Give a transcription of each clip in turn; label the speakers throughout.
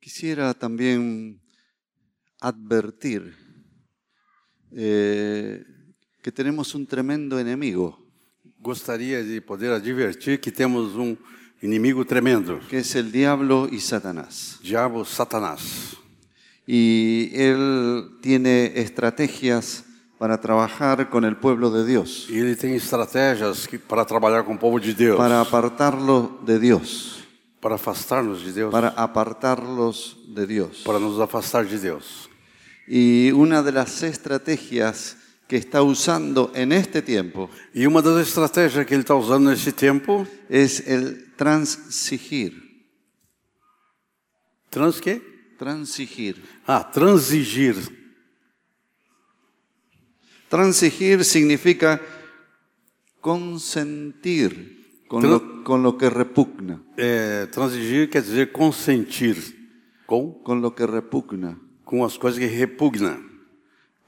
Speaker 1: Quisiera también advertir eh, que tenemos un tremendo enemigo,
Speaker 2: Gostaria de poder advertir que temos um inimigo tremendo,
Speaker 1: que es el diablo y Satanás.
Speaker 2: diabo Satanás.
Speaker 1: Y él tiene estrategias para trabajar con el pueblo de Dios,
Speaker 2: E ele tem estratégias que- para trabalhar com o povo de Deus,
Speaker 1: para apartarlo de Dios,
Speaker 2: para afastar-nos de Deus,
Speaker 1: para apartarlos de Dios.
Speaker 2: para nos afastar de Deus.
Speaker 1: Y una de las estrategias que está usando en este tiempo
Speaker 2: E uma das estratégias que ele está usando nesse tempo,
Speaker 1: es el transigir.
Speaker 2: trans quê?
Speaker 1: Transigir.
Speaker 2: Ah, transigir.
Speaker 1: Transigir significa consentir con,
Speaker 2: Tran-
Speaker 1: lo, con lo que repugna,
Speaker 2: É, transigir quer dizer consentir com,
Speaker 1: con lo que repugna,
Speaker 2: com as coisas que repugna,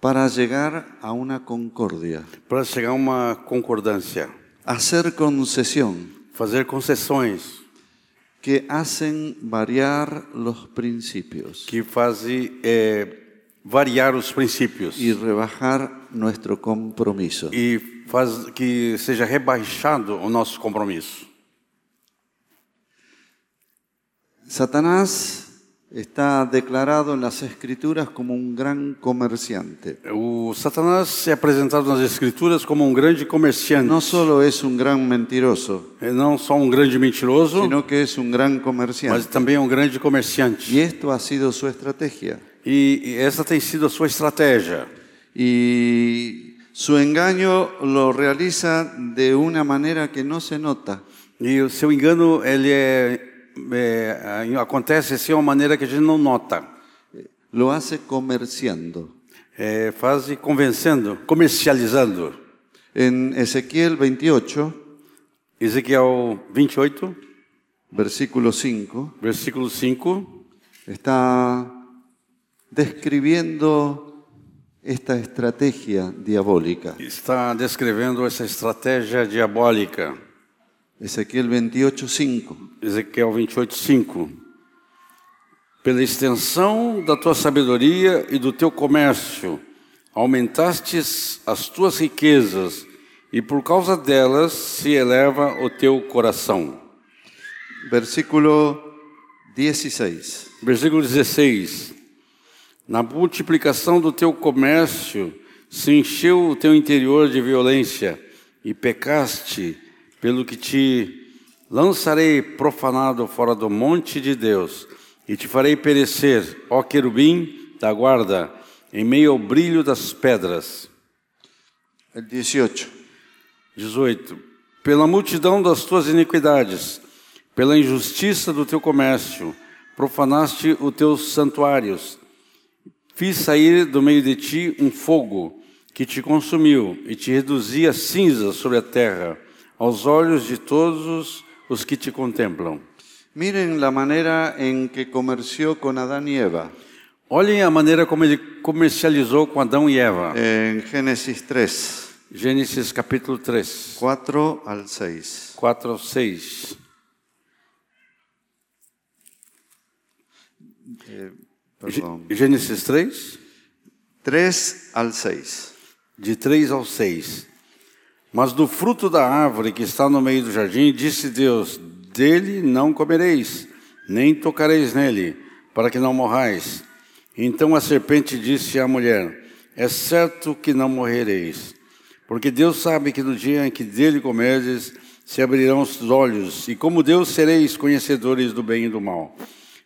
Speaker 1: para llegar a una concordia,
Speaker 2: para chegar a uma concordância,
Speaker 1: hacer concesión
Speaker 2: fazer concessões
Speaker 1: que hacen variar los principios
Speaker 2: que fazem é, variar os princípios.
Speaker 1: y rebajar nuestro compromiso.
Speaker 2: e faz que seja rebaixado o nosso compromisso.
Speaker 1: Satanás está declarado en las escrituras como un gran comerciante.
Speaker 2: O Satanás é apresentado nas Escrituras como um grande comerciante.
Speaker 1: No solo es un gran mentiroso,
Speaker 2: É não só um grande mentiroso,
Speaker 1: sino que es un gran
Speaker 2: mas
Speaker 1: comerciante.
Speaker 2: também é um grande comerciante.
Speaker 1: Y esto ha sido su estrategia.
Speaker 2: E, e essa tem sido a sua estratégia.
Speaker 1: Y su engaño lo realiza de una manera que no se nota,
Speaker 2: E o seu engano, ele é, é, acontece assim de uma maneira que a gente não nota.
Speaker 1: lo hace comerciando.
Speaker 2: É, faz e convencendo, comercializando.
Speaker 1: En Ezequiel 28,
Speaker 2: Ezequiel 28,
Speaker 1: versículo 5,
Speaker 2: versículo 5,
Speaker 1: está describiendo esta estrategia diabólica.
Speaker 2: está descrevendo essa estratégia diabólica.
Speaker 1: Ezequiel 28, 5.
Speaker 2: Ezequiel 28, 5. Pela extensão da tua sabedoria e do teu comércio, aumentastes as tuas riquezas, e por causa delas se eleva o teu coração.
Speaker 1: Versículo 16.
Speaker 2: Versículo 16. Na multiplicação do teu comércio se encheu o teu interior de violência, e pecaste, pelo que te lançarei profanado fora do monte de Deus, e te farei perecer, ó querubim da guarda, em meio ao brilho das pedras.
Speaker 1: El 18.
Speaker 2: 18. Pela multidão das tuas iniquidades, pela injustiça do teu comércio, profanaste os teus santuários. Fiz sair do meio de ti um fogo que te consumiu e te reduzia a cinza sobre a terra, aos olhos de todos os que te contemplam.
Speaker 1: Miren la manera en que comerció con Adán y Eva
Speaker 2: Olhem a maneira como ele comercializou com Adão e Eva.
Speaker 1: en Génesis 3,
Speaker 2: Gênesis capítulo 3,
Speaker 1: 4 al 6.
Speaker 2: 4 ao 6. Gê-
Speaker 1: Perdón.
Speaker 2: Gênesis 3?
Speaker 1: 3 al 6.
Speaker 2: de três ao seis. Mas do fruto da árvore que está no meio do jardim, disse Deus: Dele não comereis, nem tocareis nele, para que não morrais. Então a serpente disse à mulher: É certo que não morrereis, porque Deus sabe que no dia em que dele comerdes, se abrirão os olhos, e como Deus sereis conhecedores do bem e do mal.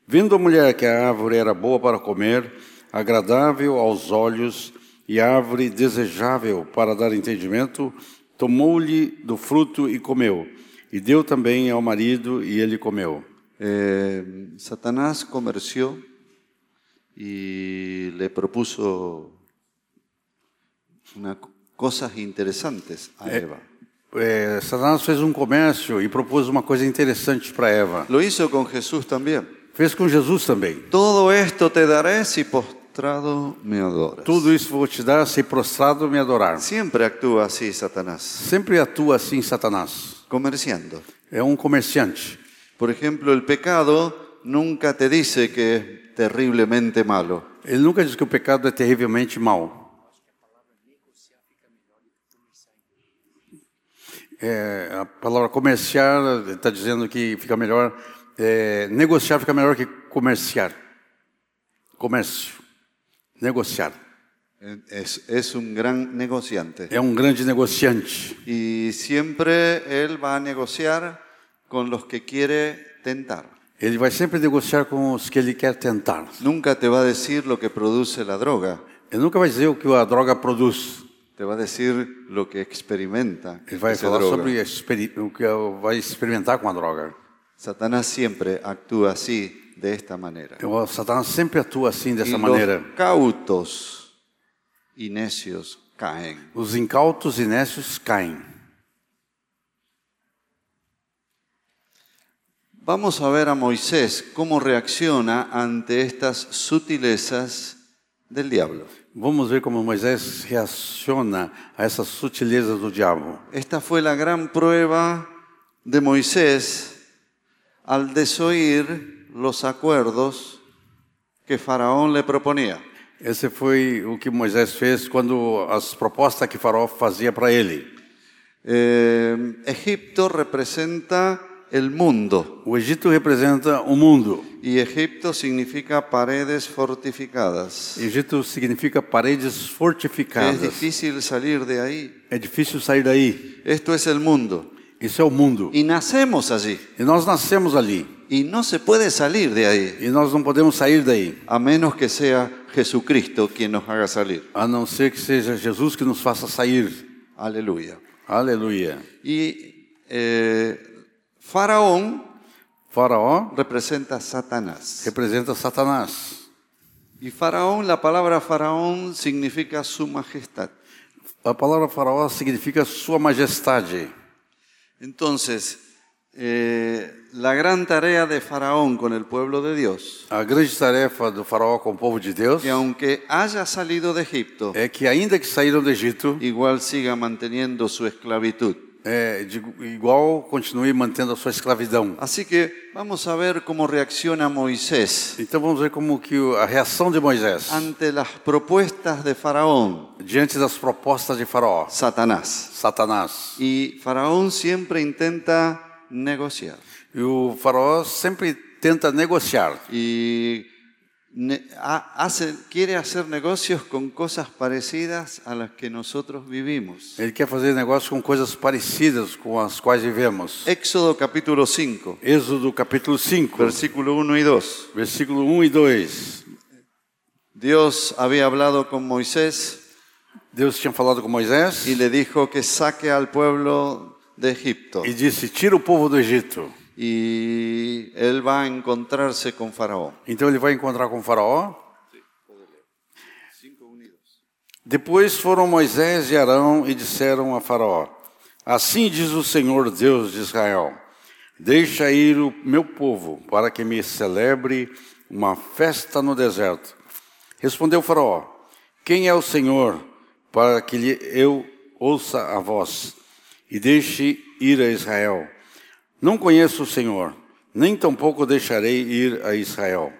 Speaker 2: Vendo a mulher que a árvore era boa para comer, agradável aos olhos e árvore desejável para dar entendimento, tomou-lhe do fruto e comeu. E deu também ao marido e ele comeu.
Speaker 1: Eh, Satanás comerció y le propuso una- cosas interesantes a Eva.
Speaker 2: É, Satanás fez um comércio e propôs uma coisa interessante para Eva.
Speaker 1: Lo hizo con Jesús también.
Speaker 2: Fez com Jesus também.
Speaker 1: Todo esto te daré si postrado me adoras.
Speaker 2: Tudo isso vou te dar se prostrado me adorar.
Speaker 1: Siempre actúa así Satanás,
Speaker 2: Sempre atua assim Satanás.
Speaker 1: comerciando.
Speaker 2: É um comerciante.
Speaker 1: Por ejemplo, el pecado nunca te dice que es terriblemente malo.
Speaker 2: Ele nunca diz que o pecado é terrivelmente mau. É, a palavra comerciar está dizendo que fica melhor. é, negociar fica melhor que comerciar. Comércio. Negociar.
Speaker 1: Es, es un gran negociante.
Speaker 2: É um grande negociante.
Speaker 1: Y siempre él va a negociar con los que quiere tentar.
Speaker 2: Ele vai sempre negociar com os que ele quer tentar.
Speaker 1: Nunca te va a decir lo que produce la droga.
Speaker 2: Ele nunca vai dizer o que a droga produz.
Speaker 1: Te va a decir lo que experimenta
Speaker 2: Ele vai
Speaker 1: esa
Speaker 2: falar
Speaker 1: é droga.
Speaker 2: sobre a experi- o que vai experimentar com a droga.
Speaker 1: Satanás siempre actúa así, de esta manera.
Speaker 2: Então, O Satanás sempre atua assim,
Speaker 1: Y
Speaker 2: dessa
Speaker 1: los
Speaker 2: maneira.
Speaker 1: cautos y necios caen.
Speaker 2: Os incautos e necios caem.
Speaker 1: Vamos a ver a Moisés cómo reacciona ante estas sutilezas del diablo.
Speaker 2: Vamos ver como Moisés reaciona a essas sutilezas do diabo.
Speaker 1: Esta fue la gran prueba de Moisés al desoír los acuerdos que Faraón le proponía.
Speaker 2: Esse foi o que Moisés fez quando as propostas que Faraó fazia para ele.
Speaker 1: Eh, Egipto representa el mundo
Speaker 2: O Egito representa o mundo.
Speaker 1: y Egipto significa paredes fortificadas.
Speaker 2: Egito significa paredes
Speaker 1: Es
Speaker 2: fortificadas.
Speaker 1: difícil salir de ahí.
Speaker 2: É difícil sair daí.
Speaker 1: Esto es el mundo.
Speaker 2: Isso é o mundo.
Speaker 1: Y nacemos allí.
Speaker 2: E nós nascemos ali.
Speaker 1: Y no se puede salir de ahí,
Speaker 2: E nós não podemos sair daí.
Speaker 1: a menos que sea Jesucristo quien nos haga salir.
Speaker 2: A não ser que seja Jesus que nos faça sair.
Speaker 1: Aleluya.
Speaker 2: Aleluia.
Speaker 1: Y eh, Faraón
Speaker 2: Faraó
Speaker 1: representa a Satanás.
Speaker 2: representa Satanás.
Speaker 1: Y Faraón, la palabra Faraón significa su majestad.
Speaker 2: A palavra Faraó significa Sua Majestade.
Speaker 1: Entonces, eh, la gran tarea de Faraón con el pueblo de Dios,
Speaker 2: A grande tarefa do Faraó com o povo de Deus
Speaker 1: que aunque haya salido de Egipto,
Speaker 2: é que, ainda que saíram do Egito,
Speaker 1: igual siga manteniendo su esclavitud.
Speaker 2: é, de- igual continue mantendo a sua escravidão.
Speaker 1: Así que vamos a ver cómo reacciona Moisés
Speaker 2: Então vamos ver como que o- a reação de Moisés
Speaker 1: ante las propuestas de Faraón,
Speaker 2: diante das propostas de Faraó,
Speaker 1: Satanás.
Speaker 2: Satanás.
Speaker 1: Y Faraón siempre intenta negociar.
Speaker 2: E o Faraó sempre tenta negociar.
Speaker 1: Y ne- ha- hace- quiere hacer negocios con cosas parecidas a las que nosotros vivimos.
Speaker 2: Ele quer fazer negócio com coisas parecidas com as quais vivemos.
Speaker 1: Éxodo capítulo 5,
Speaker 2: Êxodo capítulo 5,
Speaker 1: versículo 1 y 2.
Speaker 2: versículo 1 e 2.
Speaker 1: Dios había hablado con Moisés
Speaker 2: Deus tinha falado com Moisés
Speaker 1: y le dijo que saque al pueblo de Egipto.
Speaker 2: e disse: Tira o povo do Egito.
Speaker 1: y él va a encontrarse con Faraón.
Speaker 2: Então ele vai encontrar com o Faraó. Depois foram Moisés e Arão e disseram a Faraó: Assim diz o Senhor Deus de Israel: Deixa ir o meu povo para que me celebre uma festa no deserto. Respondeu Faraó: Quem é o Senhor para que lhe eu ouça a voz e deixe ir a Israel? Não conheço o Senhor, nem tampouco deixarei ir a Israel.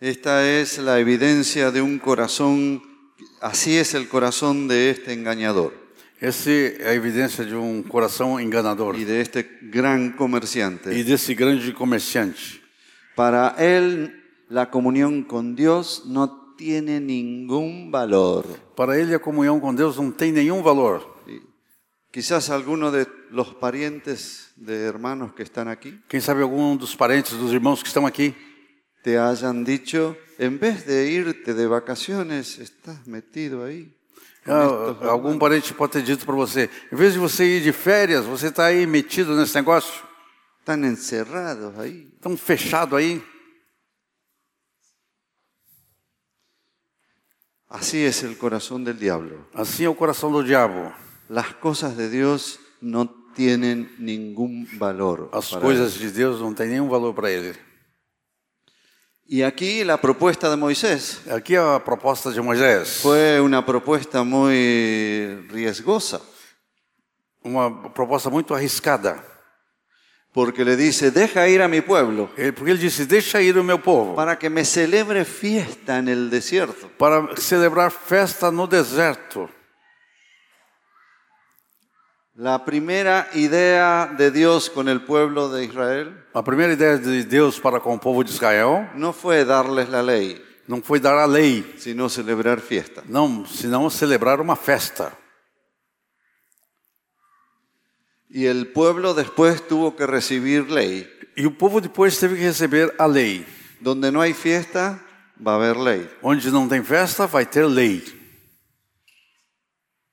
Speaker 1: Esta es la evidencia de un corazón, así es el corazón de este engañador
Speaker 2: Essa é a evidência de um coração enganador
Speaker 1: y de este gran
Speaker 2: e
Speaker 1: comerciante.
Speaker 2: desse grande comerciante.
Speaker 1: Para él, la comunión con Dios no tiene ningún valor.
Speaker 2: Para ele, a comunhão com Deus não tem nenhum valor.
Speaker 1: Quizás alguno de los parientes de hermanos que están aquí
Speaker 2: Quem sabe algum dos parentes, dos irmãos que estão aqui,
Speaker 1: te hayan dicho, en vez de irte de vacaciones, estás metido ahí.
Speaker 2: ah, algum parente pode ter dito para você: em vez de você ir de férias, você está aí metido nesse negócio,
Speaker 1: Están encerrados ahí.
Speaker 2: tão fechado aí.
Speaker 1: Así es el corazón del diablo.
Speaker 2: Assim é o coração do diabo.
Speaker 1: Las cosas de Dios no tienen ningún valor.
Speaker 2: As
Speaker 1: para
Speaker 2: coisas de Deus não têm nenhum valor para ele.
Speaker 1: él. Y aquí la propuesta de Moisés
Speaker 2: Aqui é a proposta de Moisés.
Speaker 1: fue una propuesta muy riesgosa,
Speaker 2: uma proposta muito arriscada.
Speaker 1: porque le dice, deja ir a mi pueblo
Speaker 2: Ele- Porque ele disse: Deixa ir o meu povo
Speaker 1: para que me celebre fiesta en el desierto.
Speaker 2: para celebrar festa no deserto.
Speaker 1: La primera idea de Dios con el pueblo de Israel
Speaker 2: A primeira ideia de Deus para com o povo de Israel
Speaker 1: no fue darles la ley,
Speaker 2: não foi dar a lei,
Speaker 1: sino celebrar fiesta.
Speaker 2: não, senão celebrar uma festa.
Speaker 1: Y el pueblo después tuvo que recibir ley.
Speaker 2: E o povo depois teve que receber a lei.
Speaker 1: Donde no hay fiesta, va a haber ley.
Speaker 2: Onde não tem festa, vai ter lei.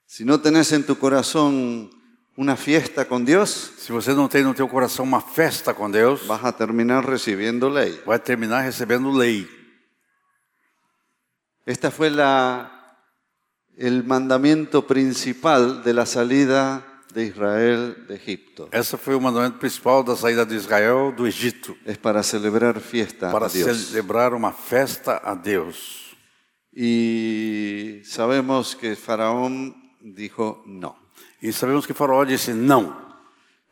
Speaker 1: Si no tenés en tu corazón una fiesta con Dios,
Speaker 2: Se você não tem no teu coração uma festa com Deus,
Speaker 1: vas a terminar recibiendo ley.
Speaker 2: vai terminar recebendo lei.
Speaker 1: Esta fue la, el mandamiento principal de la salida de Israel de Egipto.
Speaker 2: Essa foi o mandamento principal da saída de Israel do Egito,
Speaker 1: Es para celebrar fiesta
Speaker 2: para
Speaker 1: a Dios.
Speaker 2: celebrar uma festa a Deus.
Speaker 1: Y sabemos que Faraón dijo no.
Speaker 2: E sabemos que Faraó disse não,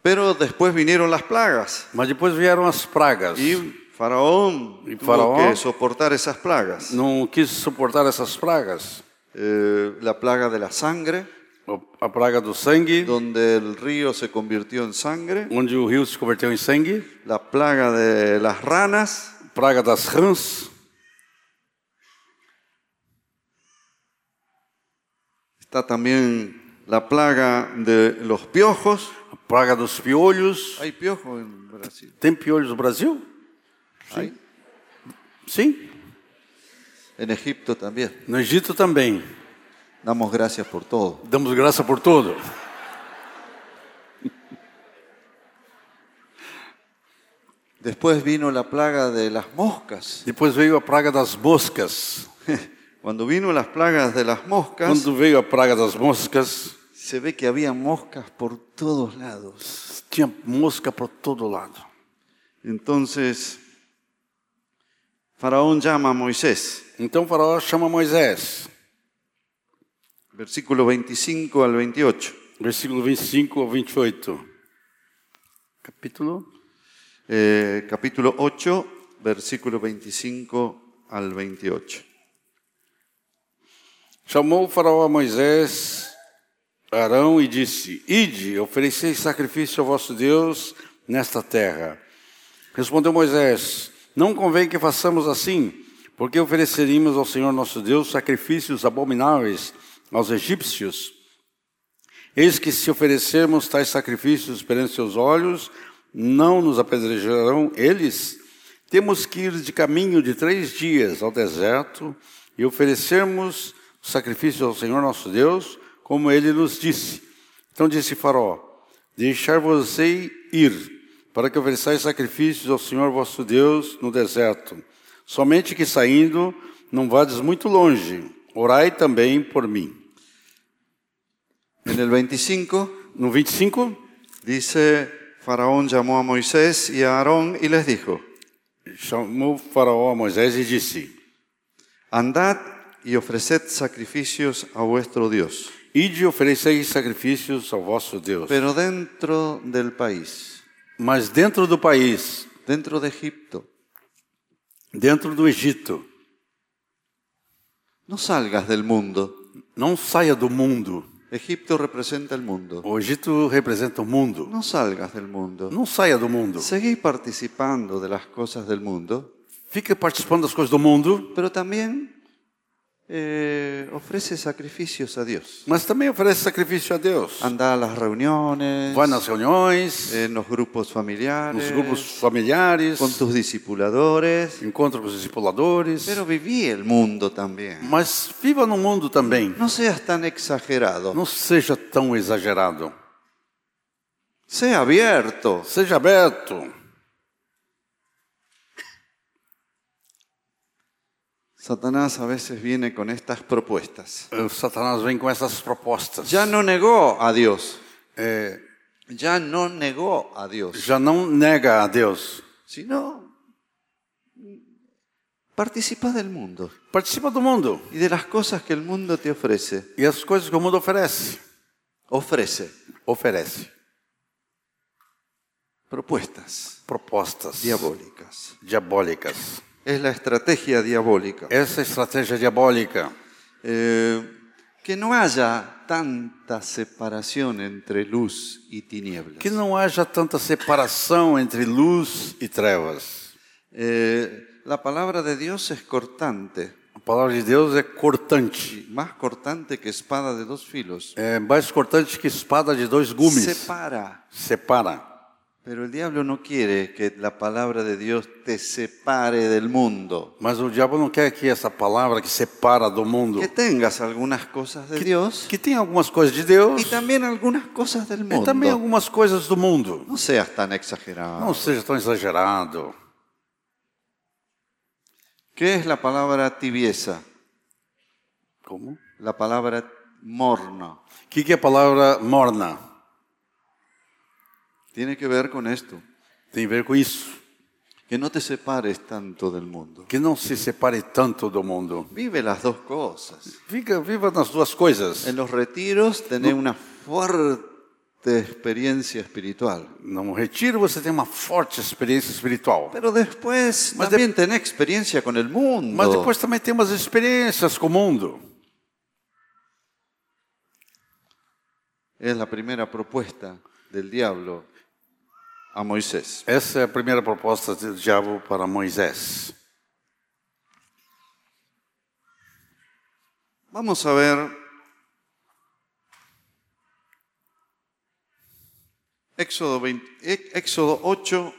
Speaker 1: Pero después vinieron las plagas.
Speaker 2: mas depois vieram as pragas.
Speaker 1: Y Faraón
Speaker 2: Y
Speaker 1: tuvo
Speaker 2: Faraón-
Speaker 1: que soportar esas plagas.
Speaker 2: Não quis suportar essas pragas.
Speaker 1: Eh, la plaga de la sangre,
Speaker 2: O- A praga do sangue,
Speaker 1: donde el río se convirtió en sangre.
Speaker 2: onde o rio se converteu em sangue,
Speaker 1: La plaga de las ranas.
Speaker 2: praga das rãs.
Speaker 1: Está también la plaga de los piojos.
Speaker 2: A praga dos piolhos.
Speaker 1: Hay piojos en Brasil.
Speaker 2: Tem piolhos no Brasil?
Speaker 1: Hay.
Speaker 2: Sim.
Speaker 1: En Egipto también.
Speaker 2: No Egito também.
Speaker 1: Damos gracias por todo.
Speaker 2: Damos graça por tudo.
Speaker 1: Después vino la plaga de las moscas.
Speaker 2: Depois veio a praga das moscas.
Speaker 1: Cuando vino las plagas de las moscas,
Speaker 2: Quando veio a praga das moscas,
Speaker 1: se ve que había moscas por todos lados.
Speaker 2: tinha mosca por todo lado.
Speaker 1: Entonces, Faraón llama a Moisés,
Speaker 2: Então o faraó chama Moisés.
Speaker 1: versículo 25 al 28.
Speaker 2: Versículo 25 ao 28. Capítulo
Speaker 1: Eh, capítulo 8, versículo 25 al 28.
Speaker 2: Chamou o faraó a Moisés, Arão, e disse: Ide, oferecei sacrifício ao vosso Deus nesta terra. Respondeu Moisés: Não convém que façamos assim, porque ofereceríamos ao Senhor nosso Deus sacrifícios abomináveis aos egípcios. Eis que se oferecermos tais sacrifícios perante seus olhos, não nos apedrejarão eles? Temos que ir de caminho de três dias ao deserto e oferecermos o sacrifício ao Senhor nosso Deus, como ele nos disse. Então disse Faraó: Deixar-vos-ei ir, para que ofereçais sacrifícios ao Senhor vosso Deus no deserto. Somente que saindo, não vades muito longe. Orai também por mim.
Speaker 1: En el 25
Speaker 2: No 25,
Speaker 1: dice, Faraón llamó a Moisés y a Aarón y les dijo,
Speaker 2: chamou Faraó a Moisés e disse:
Speaker 1: andad y ofreced sacrificios a vuestro Dios,
Speaker 2: Ide oferecei sacrifícios ao vosso Deus.
Speaker 1: pero dentro del país,
Speaker 2: Mas dentro do país,
Speaker 1: dentro de Egipto,
Speaker 2: dentro do Egito,
Speaker 1: no salgas del mundo.
Speaker 2: não saia do mundo.
Speaker 1: Egipto representa el mundo.
Speaker 2: O Egito representa o mundo.
Speaker 1: No salgas del mundo.
Speaker 2: Não saia do mundo.
Speaker 1: Seguí participando de las cosas del mundo,
Speaker 2: Fique participando das coisas do mundo,
Speaker 1: pero también eh, ofrece sacrificios a Dios.
Speaker 2: mas também oferece sacrifício a Deus.
Speaker 1: Anda a las reuniones,
Speaker 2: Vai nas reuniões,
Speaker 1: en los grupos
Speaker 2: nos
Speaker 1: familiares,
Speaker 2: grupos familiares,
Speaker 1: con tus discipuladores,
Speaker 2: encontra com os discipuladores.
Speaker 1: pero viví el mundo también.
Speaker 2: Mas viva no mundo também.
Speaker 1: No seas tan exagerado.
Speaker 2: Não seja tão exagerado.
Speaker 1: Sé abierto.
Speaker 2: Seja aberto.
Speaker 1: Satanás a veces viene con estas propuestas.
Speaker 2: O Ah, Satanás vem com essas propostas.
Speaker 1: Ya no negó a Dios.
Speaker 2: É,
Speaker 1: Ya no negó a Dios.
Speaker 2: já não nega a Deus.
Speaker 1: Sino participa del mundo
Speaker 2: Participa do mundo
Speaker 1: y de las cosas que el mundo te ofrece.
Speaker 2: e as coisas que o mundo oferece.
Speaker 1: Ofrece.
Speaker 2: Oferece.
Speaker 1: propuestas
Speaker 2: propostas
Speaker 1: diabólicas.
Speaker 2: diabólicas.
Speaker 1: Es la estrategia diabólica.
Speaker 2: Essa estratégia diabólica,
Speaker 1: Eh, que no haya tanta separación entre luz y tinieblas.
Speaker 2: que não haja tanta separação entre luz e trevas.
Speaker 1: Eh, la palabra de Dios es cortante,
Speaker 2: A palavra de Deus é cortante,
Speaker 1: más cortante que espada de dos filos.
Speaker 2: é mais cortante que espada de dois gumes.
Speaker 1: Separa.
Speaker 2: Separa.
Speaker 1: Pero el diablo no quiere que la palabra de Dios te separe del mundo.
Speaker 2: Mas o diabo não quer que essa palavra que separa do mundo,
Speaker 1: Que tengas algunas cosas de Dios
Speaker 2: que tem algumas coisas de Deus
Speaker 1: y también algunas cosas del
Speaker 2: e também
Speaker 1: mundo.
Speaker 2: algumas coisas do mundo.
Speaker 1: No seas tan exagerado.
Speaker 2: Não seja tão exagerado.
Speaker 1: ¿Qué es la palabra tibieza?
Speaker 2: Como? O
Speaker 1: La palabra morno.
Speaker 2: que, que é a palavra morna?
Speaker 1: Tiene que ver con esto.
Speaker 2: Tem a ver com isso.
Speaker 1: Que no te separes tanto del mundo.
Speaker 2: Que não se separe tanto do mundo.
Speaker 1: Vive las dos cosas.
Speaker 2: Fica, viva nas duas coisas.
Speaker 1: En los retiros tenés una fuerte experiencia espiritual.
Speaker 2: No retiro você tem uma forte experiência espiritual.
Speaker 1: Pero después
Speaker 2: Mas
Speaker 1: también tenés experiencia con el mundo.
Speaker 2: Mas depois também tem umas experiências com o mundo.
Speaker 1: Es la primera propuesta del diablo a Moisés.
Speaker 2: Essa é a primeira proposta do diabo para Moisés.
Speaker 1: Vamos a ver Éxodo, 20 Éx- Éxodo 8.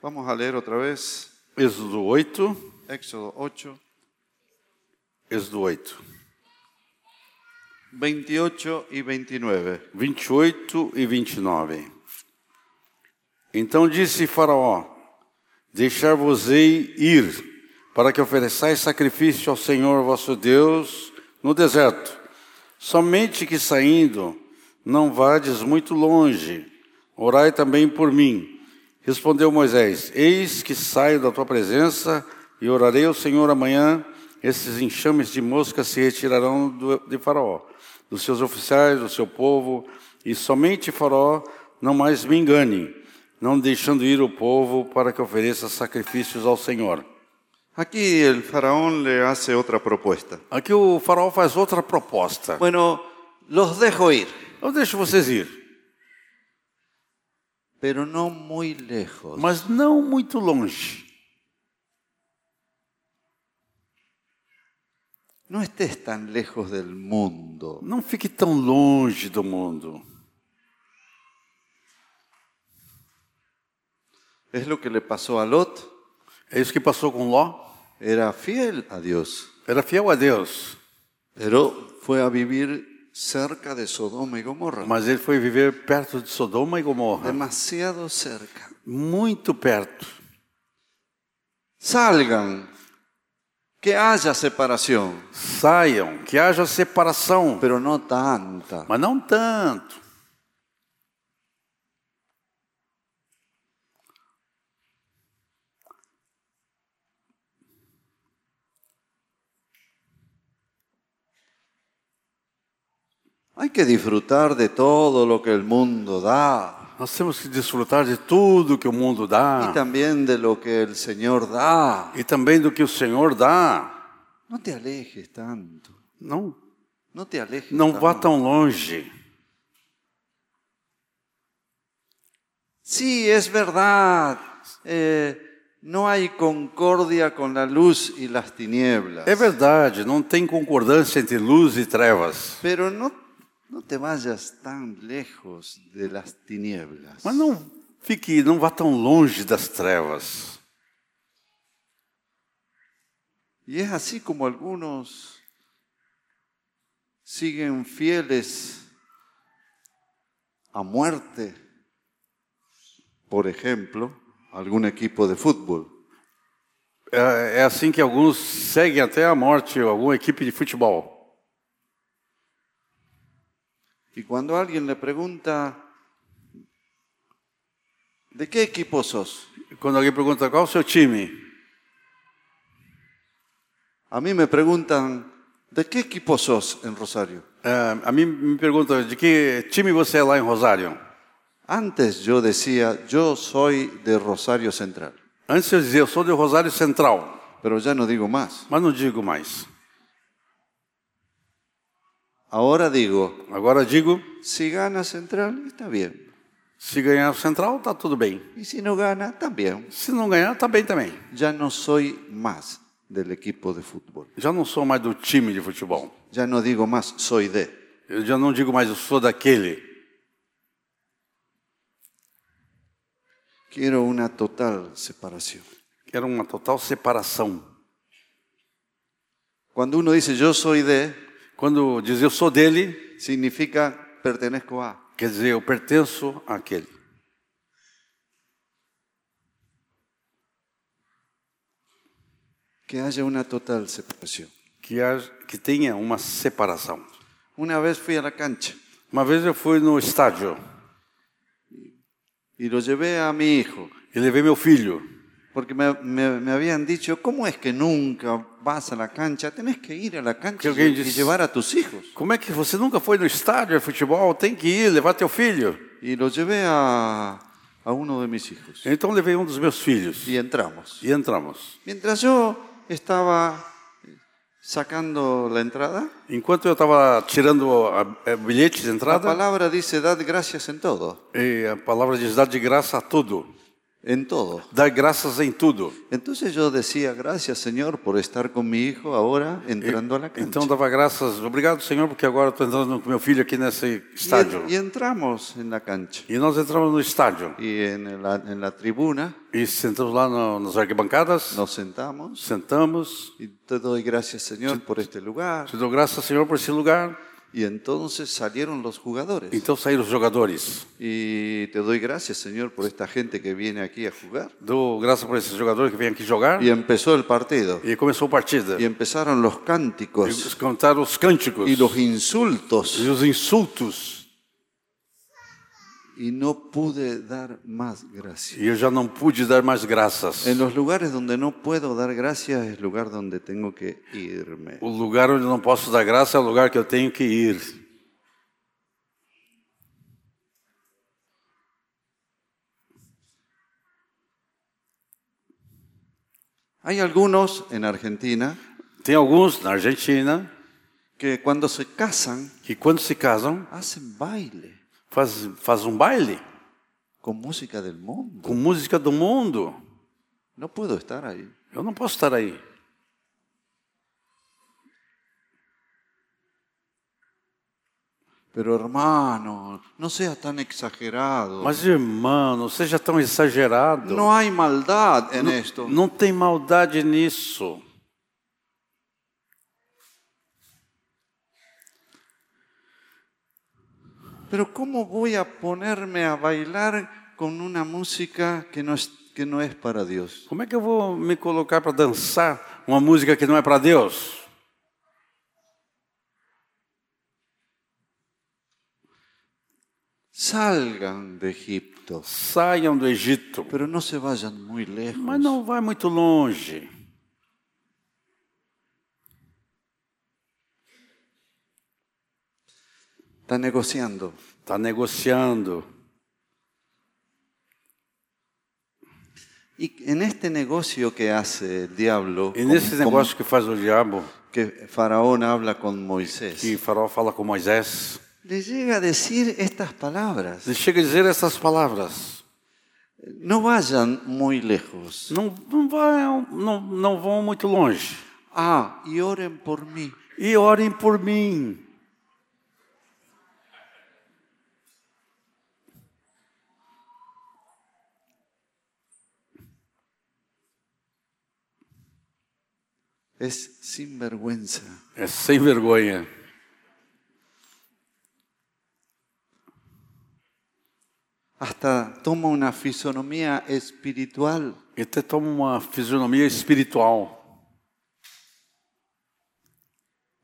Speaker 1: Vamos a leer otra vez.
Speaker 2: Êxodo 8,
Speaker 1: Éxodo 8,
Speaker 2: Êxodo 8.
Speaker 1: 28 y 29.
Speaker 2: 28 e 29. Então disse Faraó: Deixar-vos-ei ir, para que ofereçais sacrifício ao Senhor vosso Deus no deserto. Somente que saindo, não vades muito longe. Orai também por mim. Respondeu Moisés: Eis que saio da tua presença e orarei ao Senhor amanhã. Esses enxames de mosca se retirarão do, de Faraó, dos seus oficiais, do seu povo, e somente Faraó não mais me engane, não deixando ir o povo para que ofereça sacrifícios ao Senhor.
Speaker 1: Aquí el faraón le hace otra propuesta.
Speaker 2: Aqui o Faraó faz outra proposta.
Speaker 1: Bueno, los dejo ir,
Speaker 2: Eu deixo vocês ir,
Speaker 1: pero no muy lejos.
Speaker 2: mas não muito longe.
Speaker 1: No estés tan lejos del mundo.
Speaker 2: Não fique tão longe do mundo.
Speaker 1: Es lo que le pasó a Lot.
Speaker 2: É isso que passou com Ló.
Speaker 1: Era fiel a Dios,
Speaker 2: Era fiel a Deus,
Speaker 1: pero fue a vivir cerca de Sodoma y Gomorra.
Speaker 2: mas ele foi viver perto de Sodoma e Gomorra.
Speaker 1: Demasiado cerca.
Speaker 2: Muito perto.
Speaker 1: Salgan, que haya separación,
Speaker 2: Saiam, que haja separação,
Speaker 1: pero no tanta.
Speaker 2: mas não tanto.
Speaker 1: Hay que disfrutar de todo lo que el mundo da
Speaker 2: Nós temos que desfrutar de tudo que o mundo
Speaker 1: y
Speaker 2: dá
Speaker 1: también de lo que el Señor da.
Speaker 2: e também do que o Senhor dá.
Speaker 1: No te alejes tanto.
Speaker 2: Não,
Speaker 1: No te alejes.
Speaker 2: não
Speaker 1: tanto.
Speaker 2: vá tão longe.
Speaker 1: Sí, es verdad. eh, no hay concordia con la luz y las tinieblas.
Speaker 2: É verdade, não tem concordância entre luz e trevas,
Speaker 1: Pero no, no te vayas tan lejos de las tinieblas.
Speaker 2: mas não fique, não vá tão longe das trevas.
Speaker 1: Y es así como algunos siguen fieles a muerte, por ejemplo, algún equipo de fútbol.
Speaker 2: É, é assim que alguns seguem até a morte alguma equipe de futebol.
Speaker 1: Y cuando alguien le pregunta, ¿de qué equipo sos?
Speaker 2: Quando alguém pergunta qual o seu time,
Speaker 1: A mí me preguntan, ¿de qué equipo sos en Rosario?
Speaker 2: é, a mim me pergunta de que time você é lá em Rosário.
Speaker 1: Antes yo decía, yo soy de Rosario Central,
Speaker 2: Antes eu dizia, eu sou de Rosário Central,
Speaker 1: pero ya no digo más.
Speaker 2: mas não digo mais.
Speaker 1: Ahora digo,
Speaker 2: Agora digo,
Speaker 1: si gana Central, está bien.
Speaker 2: se ganhar o Central, tá tudo bem.
Speaker 1: Y si no gana, también.
Speaker 2: Se não ganhar, tá bem também.
Speaker 1: Ya no soy más del equipo de fútbol.
Speaker 2: Já não sou mais do time de futebol.
Speaker 1: Ya no digo más, soy de.
Speaker 2: Eu já não digo mais, eu sou daquele.
Speaker 1: Quiero una total separación.
Speaker 2: Era uma total separação.
Speaker 1: Cuando uno dice yo soy de,
Speaker 2: Quando diz eu sou dele,
Speaker 1: significa pertenezco a.
Speaker 2: quer dizer, eu pertenço àquele.
Speaker 1: Que haya una total separación.
Speaker 2: Que, haja- que tenha uma separação.
Speaker 1: Una vez fui a la cancha
Speaker 2: Uma vez eu fui no estádio
Speaker 1: y lo llevé a mi hijo,
Speaker 2: e levei meu filho,
Speaker 1: porque me, me- me habían dicho, ¿cómo es que nunca vas a la cancha? Tenés que ir a la cancha
Speaker 2: Que alguien
Speaker 1: y, y
Speaker 2: dice-
Speaker 1: llevar a tus hijos.
Speaker 2: Como é que você nunca foi no estádio de futebol? Tem que ir, levar teu filho.
Speaker 1: Y lo llevé a, a uno de mis hijos
Speaker 2: Então levei um dos meus filhos
Speaker 1: y entramos.
Speaker 2: e entramos.
Speaker 1: Mientras yo estaba sacando la entrada,
Speaker 2: Enquanto eu estava tirando a, a bilhete de
Speaker 1: la
Speaker 2: entrada,
Speaker 1: palabra dice, dad gracias en todo,
Speaker 2: e a palavra diz dar de graça a tudo,
Speaker 1: en todo.
Speaker 2: dar graças em tudo.
Speaker 1: Entonces yo decía, gracias Señor por estar con mi hijo ahora entrando a la cancha.
Speaker 2: Então dava graças, obrigado Senhor, porque agora estou entrando com meu filho aqui nesse estádio.
Speaker 1: Y, y entramos en la cancha.
Speaker 2: E nós entramos no estádio
Speaker 1: Y en la, en la tribuna
Speaker 2: e sentamos lá no, nas arquibancadas,
Speaker 1: nos sentamos
Speaker 2: sentamos.
Speaker 1: y te doy gracias Señor por este lugar.
Speaker 2: Te dou graças, Senhor, por esse lugar.
Speaker 1: Y entonces salieron los jugadores.
Speaker 2: Então saíram os jogadores.
Speaker 1: Y te doy gracias Señor por esta gente que viene aquí a jugar.
Speaker 2: Dou graças por esses jogadores que vêm aqui jogar.
Speaker 1: Y empezó el partido.
Speaker 2: E começou a partida.
Speaker 1: Y empezaron los
Speaker 2: E
Speaker 1: cánticos
Speaker 2: cantaram os cânticos
Speaker 1: y los
Speaker 2: e
Speaker 1: insultos.
Speaker 2: os insultos.
Speaker 1: Y no pude dar más gracias.
Speaker 2: E eu já não pude dar mais graças.
Speaker 1: En los lugares donde no puedo dar gracias es el lugar donde tengo que irme.
Speaker 2: O lugar onde eu não posso dar graça é o lugar que eu tenho que ir.
Speaker 1: Hay algunos en Argentina
Speaker 2: Tem alguns na Argentina
Speaker 1: que cuando se casan
Speaker 2: que quando se casam
Speaker 1: hacen baile
Speaker 2: faz, faz um baile
Speaker 1: con música del mundo.
Speaker 2: com música do mundo.
Speaker 1: No puedo estar ahí.
Speaker 2: Eu não posso estar aí.
Speaker 1: Pero hermano, no seas tan exagerado.
Speaker 2: Mas irmão, não seja tão exagerado.
Speaker 1: No hay maldad en esto.
Speaker 2: Não tem maldade nisso.
Speaker 1: Pero ¿cómo voy a ponerme a bailar con una música que no es, que no es para Dios?
Speaker 2: Como é que eu vou me colocar para dançar uma música que não é para Deus?
Speaker 1: Salgan de Egipto,
Speaker 2: Saiam do Egito,
Speaker 1: pero no se vayan muy lejos.
Speaker 2: mas não vai muito longe.
Speaker 1: Está negociando.
Speaker 2: Está Tá negociando.
Speaker 1: Y en este negocio que hace el diablo,
Speaker 2: E
Speaker 1: con-
Speaker 2: nesse
Speaker 1: con-
Speaker 2: negócio que faz o diabo,
Speaker 1: que Faraón habla con Moisés,
Speaker 2: que Faraó fala com Moisés,
Speaker 1: le llega a decir estas palabras.
Speaker 2: ele chega a dizer essas palavras:
Speaker 1: No vayan muy lejos.
Speaker 2: Não, não, vai, não, não vão muito longe.
Speaker 1: Ah, y oren por mí.
Speaker 2: E orem por mim.
Speaker 1: Es sinvergüenza.
Speaker 2: É sem vergonha.
Speaker 1: Hasta toma una fisonomía espiritual.
Speaker 2: Ele até toma uma fisionomia espiritual.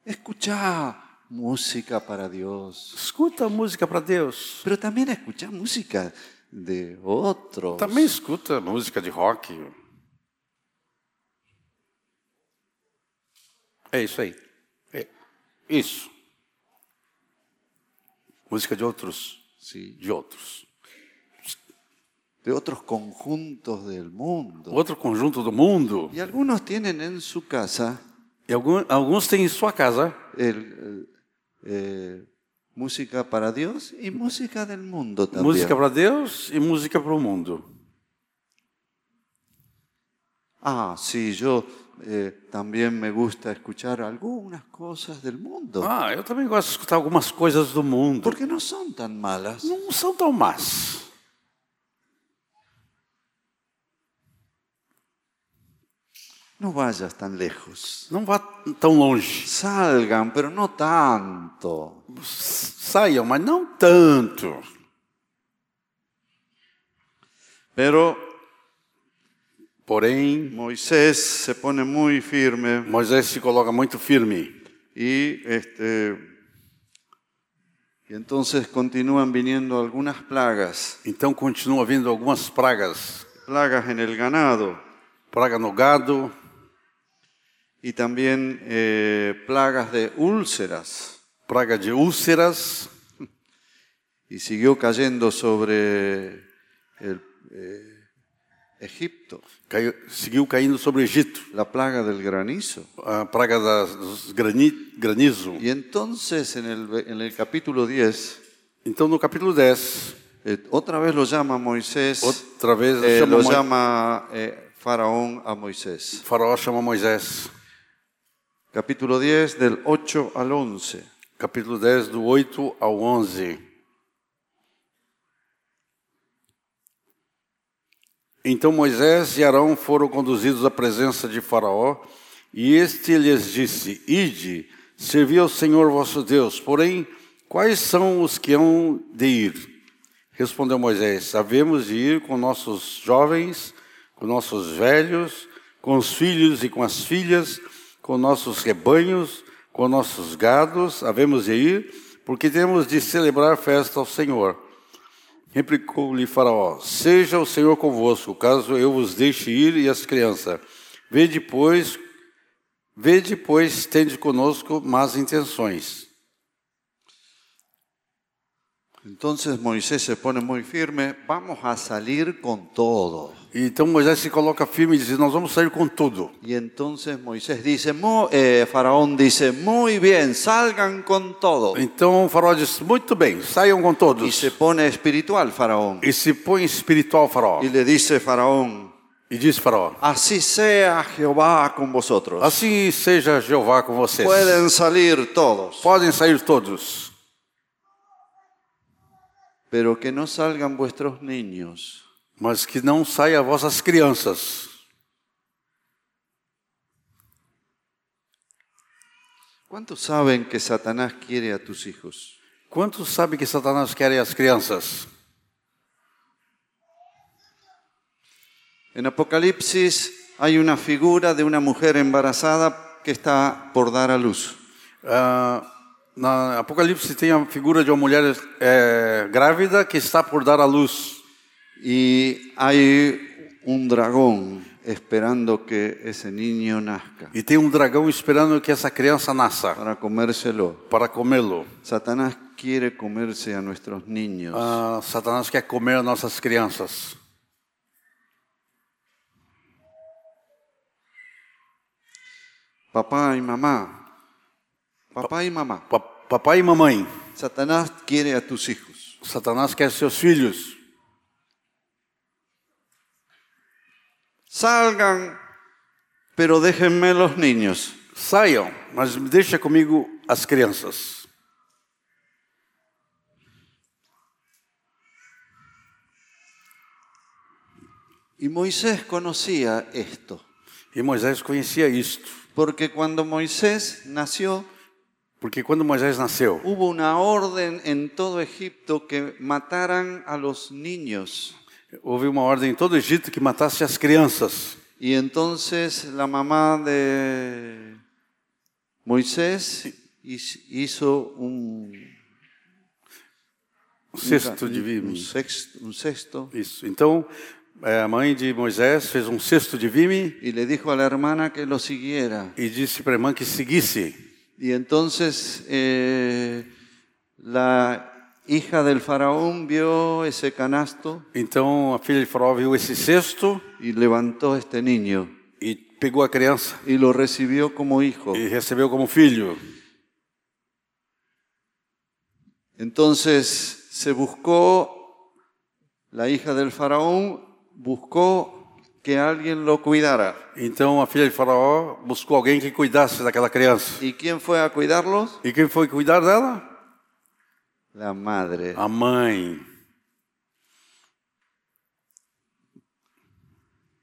Speaker 1: Escucha música para Deus,
Speaker 2: Escuta a música para Deus.
Speaker 1: pero también escucha música de otros.
Speaker 2: Também escuta música de rock. É isso aí. É isso. Música de outros.
Speaker 1: Sí.
Speaker 2: De outros.
Speaker 1: de otros conjuntos del mundo.
Speaker 2: Outro conjunto do mundo.
Speaker 1: Y algunos tienen en su casa
Speaker 2: E algum- alguns têm em sua casa
Speaker 1: el, eh, música para Dios y música del mundo también.
Speaker 2: música para Deus e música para o mundo.
Speaker 1: Ah, sí, yo eh, también me gusta escuchar algunas cosas del mundo,
Speaker 2: Ah, eu também gosto de escutar algumas coisas do mundo.
Speaker 1: porque no son tan malas.
Speaker 2: Não são tão más.
Speaker 1: No vayas tan lejos.
Speaker 2: Não vá tão longe.
Speaker 1: Salgan, pero no tanto.
Speaker 2: Saiam, mas não tanto.
Speaker 1: Pero
Speaker 2: Porém,
Speaker 1: Moisés se pone muy firme
Speaker 2: Moisés se coloca muito firme.
Speaker 1: y este y entonces continúan viniendo algunas plagas,
Speaker 2: Então continua vindo algumas pragas.
Speaker 1: plagas en el ganado
Speaker 2: Praga no gado,
Speaker 1: y también eh, plagas de úlceras.
Speaker 2: praga de úlceras.
Speaker 1: y siguió cayendo sobre el, eh, Egipto,
Speaker 2: Caiu, seguiu caindo sobre o Egito.
Speaker 1: la plaga del granizo.
Speaker 2: A praga das, dos grani, granizo.
Speaker 1: Y entonces en el, ve- en el capítulo 10,
Speaker 2: Então no capítulo 10,
Speaker 1: eh, otra vez lo llama Moisés,
Speaker 2: outra vez
Speaker 1: eh,
Speaker 2: chama
Speaker 1: lo
Speaker 2: Mo-
Speaker 1: llama eh, Faraón a Moisés.
Speaker 2: Faraó chama Moisés.
Speaker 1: Capítulo 10 del 8 al 11.
Speaker 2: Capítulo 10, do 8 ao 11. Então Moisés e Arão foram conduzidos à presença de Faraó, e este lhes disse: Ide, servi ao Senhor vosso Deus, porém, quais são os que hão de ir? Respondeu Moisés: Havemos de ir com nossos jovens, com nossos velhos, com os filhos e com as filhas, com nossos rebanhos, com nossos gados, havemos de ir, porque temos de celebrar festa ao Senhor. Replicou-lhe Faraó: Seja o Senhor convosco, caso eu vos deixe ir e as crianças. Vede, pois, vede, pois, tende conosco más intenções.
Speaker 1: Entonces Moisés se pone muy firme, vamos a salir con todo.
Speaker 2: Então Moisés se coloca firme e diz: Nós vamos sair com tudo.
Speaker 1: Y entonces Moisés dice, "Mu- eh, Faraón dice, muy bien, salgan con todo.
Speaker 2: Então o faraó diz, muito bem, saiam com
Speaker 1: Y
Speaker 2: todos.
Speaker 1: se pone espiritual Faraón.
Speaker 2: E se põe espiritual, faraó.
Speaker 1: Y le dice Faraón,
Speaker 2: E diz, faraó,
Speaker 1: así sea Jehová con vosotros.
Speaker 2: assim seja Jeová com vocês.
Speaker 1: Pueden salir todos,
Speaker 2: Podem sair todos,
Speaker 1: pero que no salgan vuestros niños.
Speaker 2: mas que não saiam vossas crianças.
Speaker 1: ¿Cuántos saben que Satanás quiere a tus hijos?
Speaker 2: Quantos sabem que Satanás quer as crianças?
Speaker 1: En Apocalipsis hay una figura de una mujer embarazada que está por dar a luz.
Speaker 2: Ah, na Apocalipse tem a figura de uma mulher eh, grávida que está por dar à luz.
Speaker 1: Y hay un dragón esperando que ese niño nazca
Speaker 2: E tem um dragão esperando que essa criança nasça
Speaker 1: para comérselo.
Speaker 2: para comê-lo.
Speaker 1: Satanás quiere comerse a nuestros niños.
Speaker 2: Ah, Satanás quer comer nossas crianças.
Speaker 1: Papá y mamá. Papá y mamá.
Speaker 2: Pa- Papai e mamãe,
Speaker 1: Satanás quiere a tus hijos.
Speaker 2: Satanás quer seus filhos.
Speaker 1: Salgan, pero déjenme los niños.
Speaker 2: Saiam, mas deixa comigo as crianças.
Speaker 1: Y Moisés conocía esto,
Speaker 2: E Moisés conhecia isto,
Speaker 1: porque cuando Moisés nació,
Speaker 2: porque quando Moisés nasceu,
Speaker 1: hubo una orden en todo Egipto que mataran a los niños.
Speaker 2: houve uma ordem em todo o Egito que matasse as crianças.
Speaker 1: Y entonces la mamá de Moisés his- hizo un,
Speaker 2: Um Cesto de
Speaker 1: un
Speaker 2: vime.
Speaker 1: sexto, un cesto
Speaker 2: Isso. Então, eh, a mãe de Moisés fez um cesto de vime
Speaker 1: y le dijo a la hermana que lo siguiera.
Speaker 2: e disse para a irmã que seguisse.
Speaker 1: Y entonces eh, la hija del faraón vio ese canasto
Speaker 2: Então a filha de Faraó viu esse cesto
Speaker 1: y levantó este niño
Speaker 2: e pegou a criança
Speaker 1: y lo recibió como hijo.
Speaker 2: e recebeu como filho.
Speaker 1: Entonces se buscó, la hija del faraón buscó que alguien lo cuidara.
Speaker 2: Então a filha de Faraó buscou alguém que cuidasse daquela criança.
Speaker 1: ¿Y quién fue a cuidarlos?
Speaker 2: E quem foi cuidar dela?
Speaker 1: La madre.
Speaker 2: A mãe.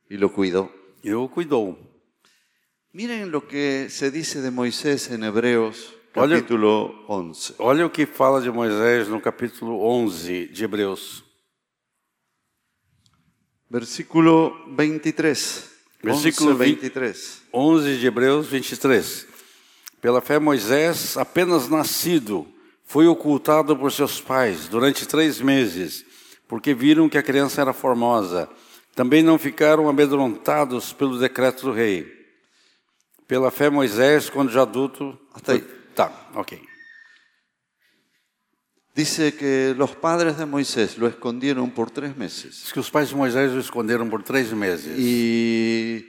Speaker 1: Y lo cuidó.
Speaker 2: E o cuidou.
Speaker 1: Miren lo que se dice de Moisés en Hebreos
Speaker 2: Olha-
Speaker 1: capítulo 11.
Speaker 2: Olha o que fala de Moisés no capítulo 11 de Hebreus,
Speaker 1: Versículo 23.
Speaker 2: Versículo
Speaker 1: 11,
Speaker 2: vi-
Speaker 1: 23.
Speaker 2: 11 de Hebreus 23. Pela fé, Moisés, apenas nascido, foi ocultado por seus pais durante três meses, porque viram que a criança era formosa. Também não ficaram amedrontados pelo decreto do rei. Pela fé, Moisés, quando já adulto.
Speaker 1: Até aí.
Speaker 2: Tá, ok.
Speaker 1: Dice que los padres de Moisés lo escondieron por tres meses.
Speaker 2: Diz que os pais de Moisés o esconderam por três meses.
Speaker 1: Y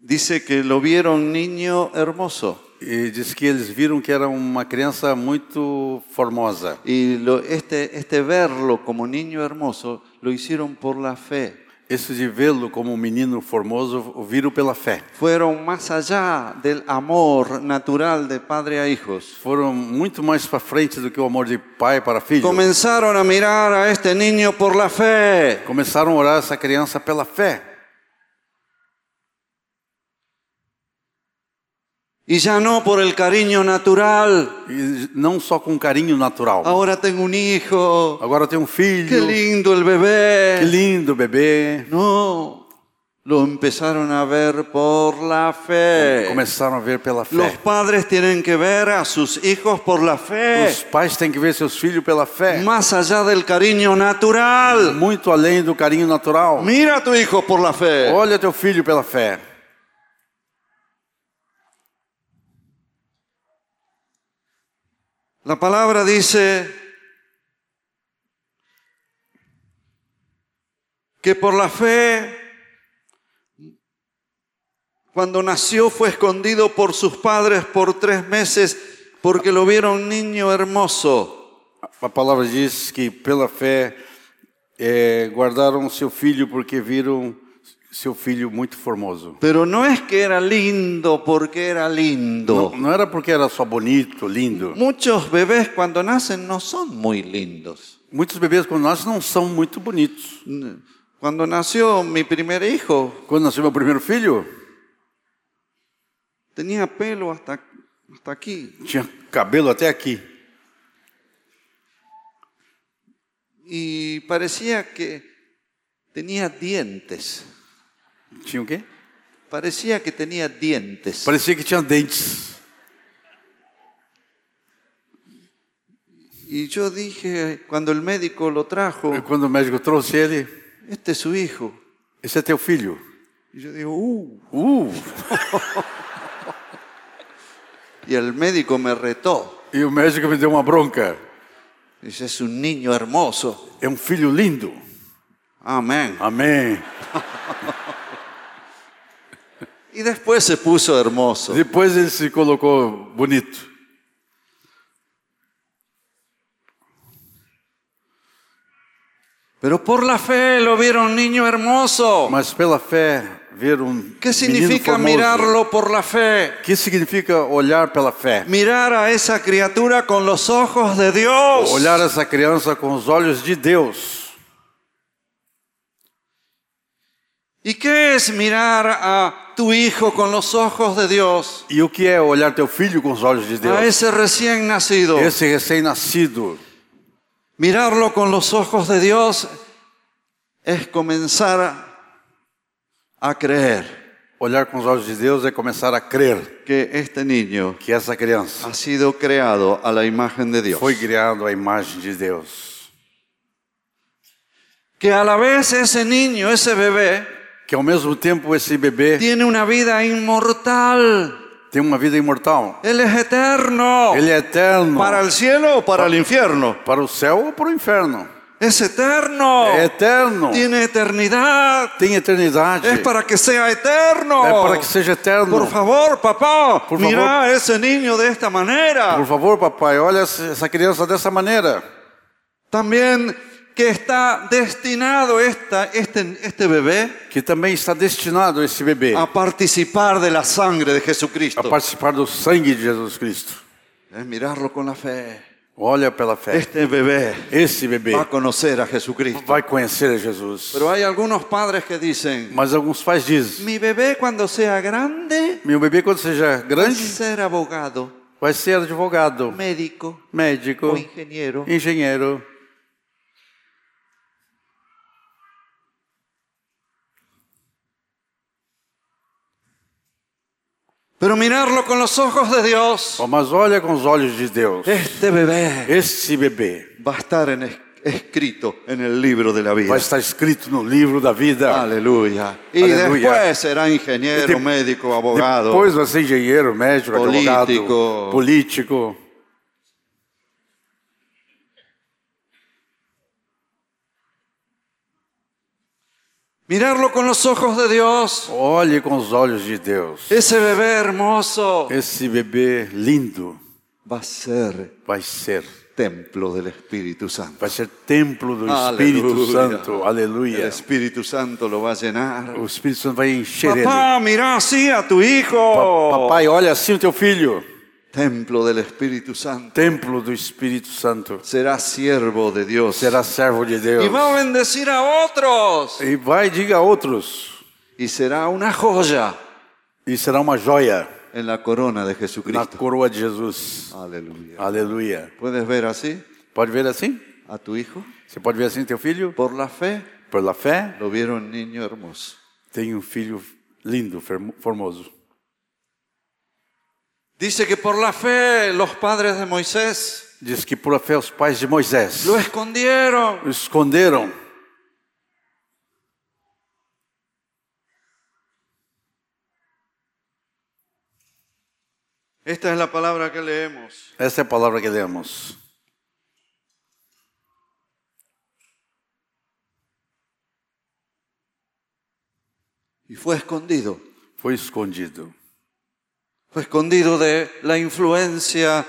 Speaker 1: dice que lo vieron niño hermoso.
Speaker 2: E diz que eles viram que era uma criança muito formosa.
Speaker 1: Y lo- este, este verlo como niño hermoso lo hicieron por la fe.
Speaker 2: Esse de vê-lo como um menino formoso, o viram pela fé.
Speaker 1: Fueron más allá del amor natural de padre a hijos.
Speaker 2: Foram muito mais para frente do que o amor de pai para filho.
Speaker 1: Comenzaron a mirar a este niño por la fe.
Speaker 2: Começaram a orar essa criança pela fé.
Speaker 1: Y ya no por el cariño natural.
Speaker 2: E não só com carinho natural.
Speaker 1: Ahora tengo un hijo.
Speaker 2: Agora tem um
Speaker 1: Qué
Speaker 2: filho.
Speaker 1: lindo el
Speaker 2: Que
Speaker 1: bebé.
Speaker 2: lindo bebê.
Speaker 1: No, lo empezaron a ver por la fe.
Speaker 2: Começaram a ver pela fé.
Speaker 1: Los padres tienen que ver a sus hijos por la fe,
Speaker 2: Os pais têm que ver seus filhos pela fé.
Speaker 1: más allá del cariño natural.
Speaker 2: Muito além do carinho natural.
Speaker 1: Mira a tu hijo por la fe.
Speaker 2: Olha teu filho pela fé.
Speaker 1: La palabra dice que por la fe, cuando nació fue escondido por sus padres por tres meses porque lo vieron niño hermoso.
Speaker 2: A palavra diz que pela fé eh, guardaram seu filho porque viram seu filho muito formoso.
Speaker 1: Pero no es que era lindo porque era lindo.
Speaker 2: Não era porque era só bonito, lindo.
Speaker 1: Muchos bebés cuando nacen no son muy lindos.
Speaker 2: Muitos bebês como nós não são muito bonitos.
Speaker 1: Cuando nació mi primer hijo,
Speaker 2: Quando nasceu meu primeiro filho,
Speaker 1: tenía pelo hasta, hasta aquí.
Speaker 2: tinha cabelo até aqui.
Speaker 1: Y parecía que tenía dientes.
Speaker 2: Tinha o quê?
Speaker 1: Parecía que tenía dientes.
Speaker 2: Parecia que tinha dentes.
Speaker 1: Y yo dije, cuando el médico lo
Speaker 2: E
Speaker 1: trajo,
Speaker 2: quando o médico trouxe ele,
Speaker 1: este es su hijo.
Speaker 2: esse é teu filho.
Speaker 1: Y yo digo, uh.
Speaker 2: Uh!
Speaker 1: Y el médico me retó.
Speaker 2: E o médico me deu uma bronca.
Speaker 1: Dice, es un niño hermoso.
Speaker 2: É um filho lindo.
Speaker 1: Amén.
Speaker 2: Amém.
Speaker 1: Y después se puso hermoso.
Speaker 2: Depois ele se colocou bonito.
Speaker 1: Pero por la fe lo vieron niño hermoso.
Speaker 2: Mas pela fé, ver um.
Speaker 1: ¿Qué
Speaker 2: menino
Speaker 1: significa
Speaker 2: formoso.
Speaker 1: mirarlo por la fe?
Speaker 2: O que significa olhar pela fé?
Speaker 1: Mirar a esa criatura con los ojos de Dios.
Speaker 2: Olhar essa criança com os olhos de Deus.
Speaker 1: ¿Y qué es mirar a tu hijo con los ojos de Dios?
Speaker 2: E o que é olhar teu filho com os olhos de
Speaker 1: A
Speaker 2: Deus?
Speaker 1: ese recién nacido.
Speaker 2: Esse recém-nascido.
Speaker 1: Mirarlo con los ojos de Dios es comenzar a, a creer
Speaker 2: Olhar com os olhos de Deus é começar a crer
Speaker 1: que este niño
Speaker 2: que essa criança
Speaker 1: ha sido creado a la imagen de Dios.
Speaker 2: foi criada à imagem de Deus.
Speaker 1: Que a la vez ese niño, esse bebé,
Speaker 2: Que ao mesmo tempo esse bebê
Speaker 1: tiene una vida inmortal.
Speaker 2: tem uma vida imortal.
Speaker 1: Él es eterno.
Speaker 2: Ele é eterno
Speaker 1: ¿Para el cielo o para el infierno?
Speaker 2: para o céu ou para o inferno.
Speaker 1: Es eterno.
Speaker 2: É eterno,
Speaker 1: Tiene eternidad.
Speaker 2: tem eternidade.
Speaker 1: Es É para que sea eterno.
Speaker 2: É para que seja eterno.
Speaker 1: Por favor, papá,
Speaker 2: Por
Speaker 1: mira
Speaker 2: favor.
Speaker 1: a ese niño de esta manera.
Speaker 2: Por favor, papai, olha essa essa criança dessa maneira.
Speaker 1: También que está destinado esta, este, este bebé
Speaker 2: Que também está destinado esse bebê
Speaker 1: a participar de la sangre de
Speaker 2: a
Speaker 1: Jesucristo.
Speaker 2: participar do sangue de Jesus Cristo.
Speaker 1: Es mirarlo con la fe.
Speaker 2: Olha pela fé.
Speaker 1: Este Ah, bebé
Speaker 2: Esse bebê
Speaker 1: va a conocer a Jesucristo.
Speaker 2: vai conhecer a Jesus.
Speaker 1: Pero hay algunos padres que dicen,
Speaker 2: Mas alguns pais dizem:
Speaker 1: mi bebé cuando sea grande
Speaker 2: meu bebê, quando seja
Speaker 1: va a
Speaker 2: grande,
Speaker 1: ser abogado,
Speaker 2: vai ser advogado,
Speaker 1: médico
Speaker 2: médico,
Speaker 1: o ingeniero.
Speaker 2: engenheiro.
Speaker 1: Pero mirarlo con los ojos de Dios.
Speaker 2: Oh, Mas olha com os olhos de Deus.
Speaker 1: Este bebé
Speaker 2: Esse bebê
Speaker 1: va a estar en es- escrito en el libro de la vida.
Speaker 2: vai estar escrito no livro da vida.
Speaker 1: Aleluya. Y
Speaker 2: Aleluya.
Speaker 1: después será ingeniero,
Speaker 2: De-
Speaker 1: médico, abogado.
Speaker 2: Depois vai ser engenheiro, médico,
Speaker 1: Político.
Speaker 2: advogado, político.
Speaker 1: Mirarlo con los ojos de Dios.
Speaker 2: Olhe com os olhos de Deus.
Speaker 1: Ese bebé hermoso
Speaker 2: Esse bebê lindo
Speaker 1: va a ser
Speaker 2: vai ser,
Speaker 1: templo del Espíritu Santo.
Speaker 2: vai ser templo do Espírito Santo.
Speaker 1: El
Speaker 2: Aleluia.
Speaker 1: Espíritu Santo lo va a llenar.
Speaker 2: O Espírito Santo vai encher ele.
Speaker 1: Papá, mira así a tu hijo.
Speaker 2: Papai, olha assim o teu filho.
Speaker 1: Templo del Espíritu Santo.
Speaker 2: Templo do Espírito Santo.
Speaker 1: Será siervo de Dios.
Speaker 2: Será servo de Deus.
Speaker 1: Y va a bendecir a otros.
Speaker 2: E vai, diga a outros.
Speaker 1: Y será una joya
Speaker 2: E será uma joia
Speaker 1: en la corona de
Speaker 2: na
Speaker 1: Jesucristo.
Speaker 2: coroa de Jesus.
Speaker 1: Aleluya.
Speaker 2: Aleluia.
Speaker 1: ¿Puedes ver así
Speaker 2: Pode ver assim?
Speaker 1: a tu hijo?
Speaker 2: Você pode ver assim teu filho?
Speaker 1: Por la fe
Speaker 2: Pela fé,
Speaker 1: lo vieron niño hermoso.
Speaker 2: tem um filho lindo, fermo- formoso.
Speaker 1: Dice que por la fe los padres de Moisés
Speaker 2: Diz que pela fé os pais de Moisés
Speaker 1: lo escondieron
Speaker 2: o esconderam.
Speaker 1: Esta es la palabra que leemos.
Speaker 2: Essa é a palavra que lemos.
Speaker 1: Y fue escondido.
Speaker 2: Foi escondido.
Speaker 1: Fue escondido de la influencia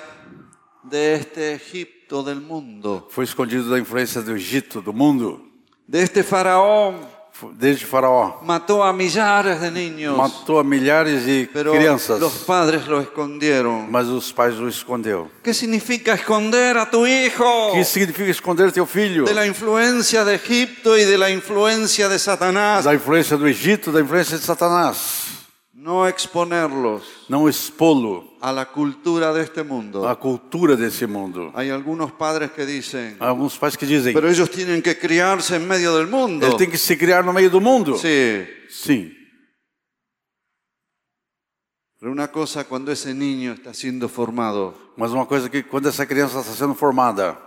Speaker 1: de este Egipto del mundo,
Speaker 2: Foi escondido da influência do Egito, do mundo.
Speaker 1: de este faraón.
Speaker 2: Fo- Desde Faraó.
Speaker 1: Mató a millares de niños,
Speaker 2: Matou a milhares de
Speaker 1: pero
Speaker 2: crianças,
Speaker 1: los padres lo escondieron.
Speaker 2: mas os pais o escondeu.
Speaker 1: ¿Qué significa esconder a tu hijo
Speaker 2: O que significa esconder teu filho?
Speaker 1: Oh. de la influencia de Egipto y de la influencia de Satanás?
Speaker 2: Da influência do Egito, da influência de Satanás.
Speaker 1: No exponerlos
Speaker 2: Não expô-lo
Speaker 1: a la cultura de este mundo.
Speaker 2: à cultura desse mundo.
Speaker 1: Hay algunos padres que dicen,
Speaker 2: Há alguns pais que dizem,
Speaker 1: pero ellos tienen que criarse en medio del mundo.
Speaker 2: ele tem que se criar no meio do mundo.
Speaker 1: Sí,
Speaker 2: Sim.
Speaker 1: pero una cosa cuando ese niño está siendo formado
Speaker 2: Mas uma coisa é que quando essa criança está sendo formada,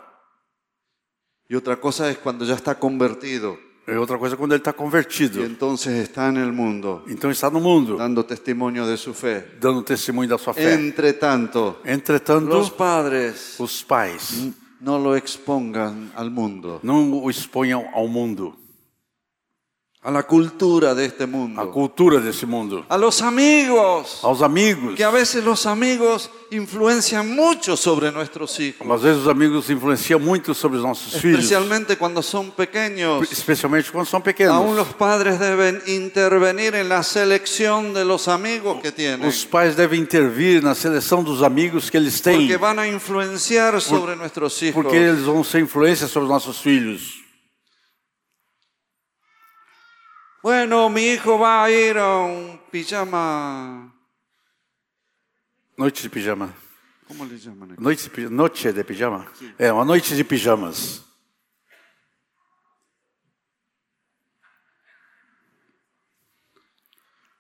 Speaker 1: y otra cosa es cuando ya está convertido
Speaker 2: e é outra coisa quando ele está
Speaker 1: y
Speaker 2: convertido.
Speaker 1: entonces está en el mundo
Speaker 2: Então está no mundo,
Speaker 1: dando testimonio de su fe.
Speaker 2: dando testemunho da sua fé.
Speaker 1: Entre tanto, los
Speaker 2: Entretanto,
Speaker 1: padres
Speaker 2: os pais
Speaker 1: no lo expongan al mundo,
Speaker 2: não o exponham ao mundo,
Speaker 1: a la cultura de este
Speaker 2: à
Speaker 1: mundo,
Speaker 2: cultura desse mundo,
Speaker 1: a los amigos,
Speaker 2: aos amigos.
Speaker 1: que a veces los amigos influencian mucho sobre nuestros hijos,
Speaker 2: Às vezes os amigos influenciam muito sobre Pues, os nossos filhos,
Speaker 1: especialmente cuando son pequeños.
Speaker 2: especialmente quando são
Speaker 1: Aún
Speaker 2: pequenos.
Speaker 1: los padres deben intervenir en la selección de los amigos que tienen,
Speaker 2: Os pais devem intervir na seleção dos amigos que eles têm,
Speaker 1: porque van a influenciar sobre nuestros hijos.
Speaker 2: porque eles vão ser influência sobre os nossos filhos.
Speaker 1: Bueno, mi hijo va a ir a un pijama,
Speaker 2: Noite de pijama.
Speaker 1: ¿cómo le llaman? aquí?
Speaker 2: Noite de, pi- noche de pijama? É, uma noite de pijamas.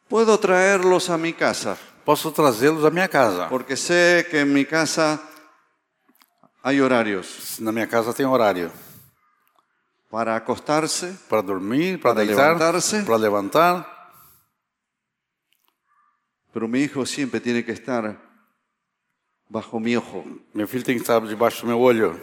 Speaker 1: Puedo traerlos a mi casa.
Speaker 2: Posso trazê-los à minha casa.
Speaker 1: Porque sé que en mi casa hay horarios
Speaker 2: Na minha casa tem horário.
Speaker 1: para acostarse,
Speaker 2: Para dormir, para
Speaker 1: Para
Speaker 2: deitar,
Speaker 1: levantar-se.
Speaker 2: para levantar,
Speaker 1: Pero mi hijo siempre tiene que estar bajo mi ojo.
Speaker 2: Meu filho tem que estar debaixo do meu olho.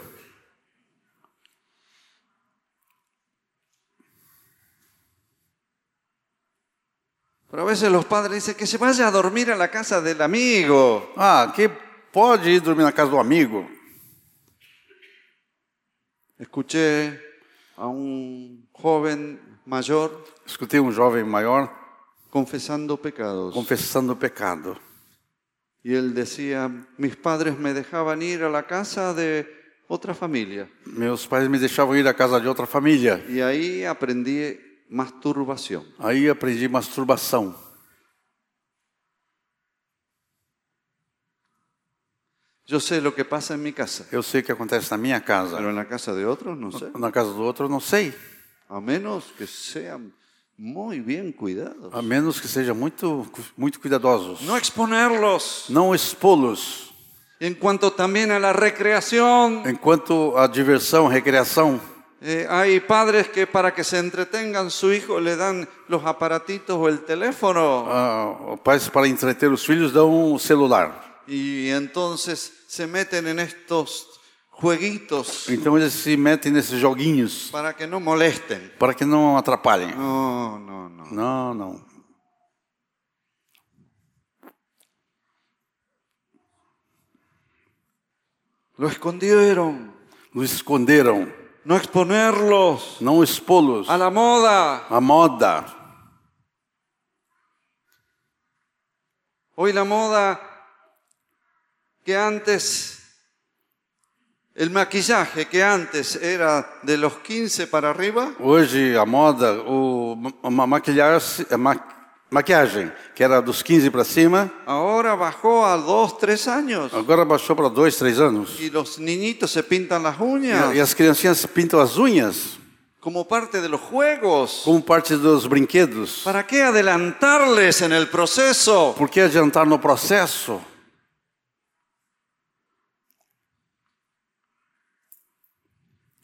Speaker 1: Pero a veces los padres dicen que se vaya a dormir a la casa del amigo.
Speaker 2: Ah, que pode ir dormir na casa do amigo.
Speaker 1: Escuché a un joven mayor
Speaker 2: Escutei um jovem maior
Speaker 1: confesando pecados.
Speaker 2: confessando o pecado.
Speaker 1: y él decía, mis padres me dejaban ir a la casa de otra familia.
Speaker 2: Meus pais me deixavam ir à casa de outra família.
Speaker 1: Y ahí aprendí masturbación.
Speaker 2: Aí aprendi masturbação.
Speaker 1: Yo sé lo que pasa en mi casa,
Speaker 2: Eu sei o que acontece na minha
Speaker 1: pero
Speaker 2: casa.
Speaker 1: en la casa de otros no sé.
Speaker 2: Na casa do outro eu não sei.
Speaker 1: A menos que sean muy bien cuidados.
Speaker 2: A menos que sejam muito, muito cuidadosos.
Speaker 1: No exponerlos.
Speaker 2: Não expô-los.
Speaker 1: En cuanto también a la recreación,
Speaker 2: Enquanto a diversão, recreação,
Speaker 1: eh, hay padres que para que se entretengan su hijo le dan los aparatitos o el teléfono
Speaker 2: ah, pais para entreter os filhos dão um celular.
Speaker 1: y entonces se meten en estos jueguitos
Speaker 2: Então eles se metem nesses joguinhos
Speaker 1: para que no molesten.
Speaker 2: para que não atrapalhem.
Speaker 1: No, no, no.
Speaker 2: Não, não.
Speaker 1: Lo escondieron.
Speaker 2: Nos esconderam.
Speaker 1: No exponerlos
Speaker 2: Não expô-los.
Speaker 1: a la moda.
Speaker 2: A moda.
Speaker 1: Hoy la moda que antes, el maquillaje que antes era de los 15 para arriba,
Speaker 2: Hoje a moda, o, uma maquilhagem, maquiagem que era dos 15 para cima,
Speaker 1: ahora bajó a 2, 3 años.
Speaker 2: agora baixou para 2, 3 anos.
Speaker 1: Y los niñitos se pintan las
Speaker 2: E, e
Speaker 1: uñas
Speaker 2: as criancinhas pintam as unhas
Speaker 1: como parte de los juegos.
Speaker 2: como parte dos brinquedos.
Speaker 1: ¿Para qué adelantarles en el proceso?
Speaker 2: Por que adiantar no processo?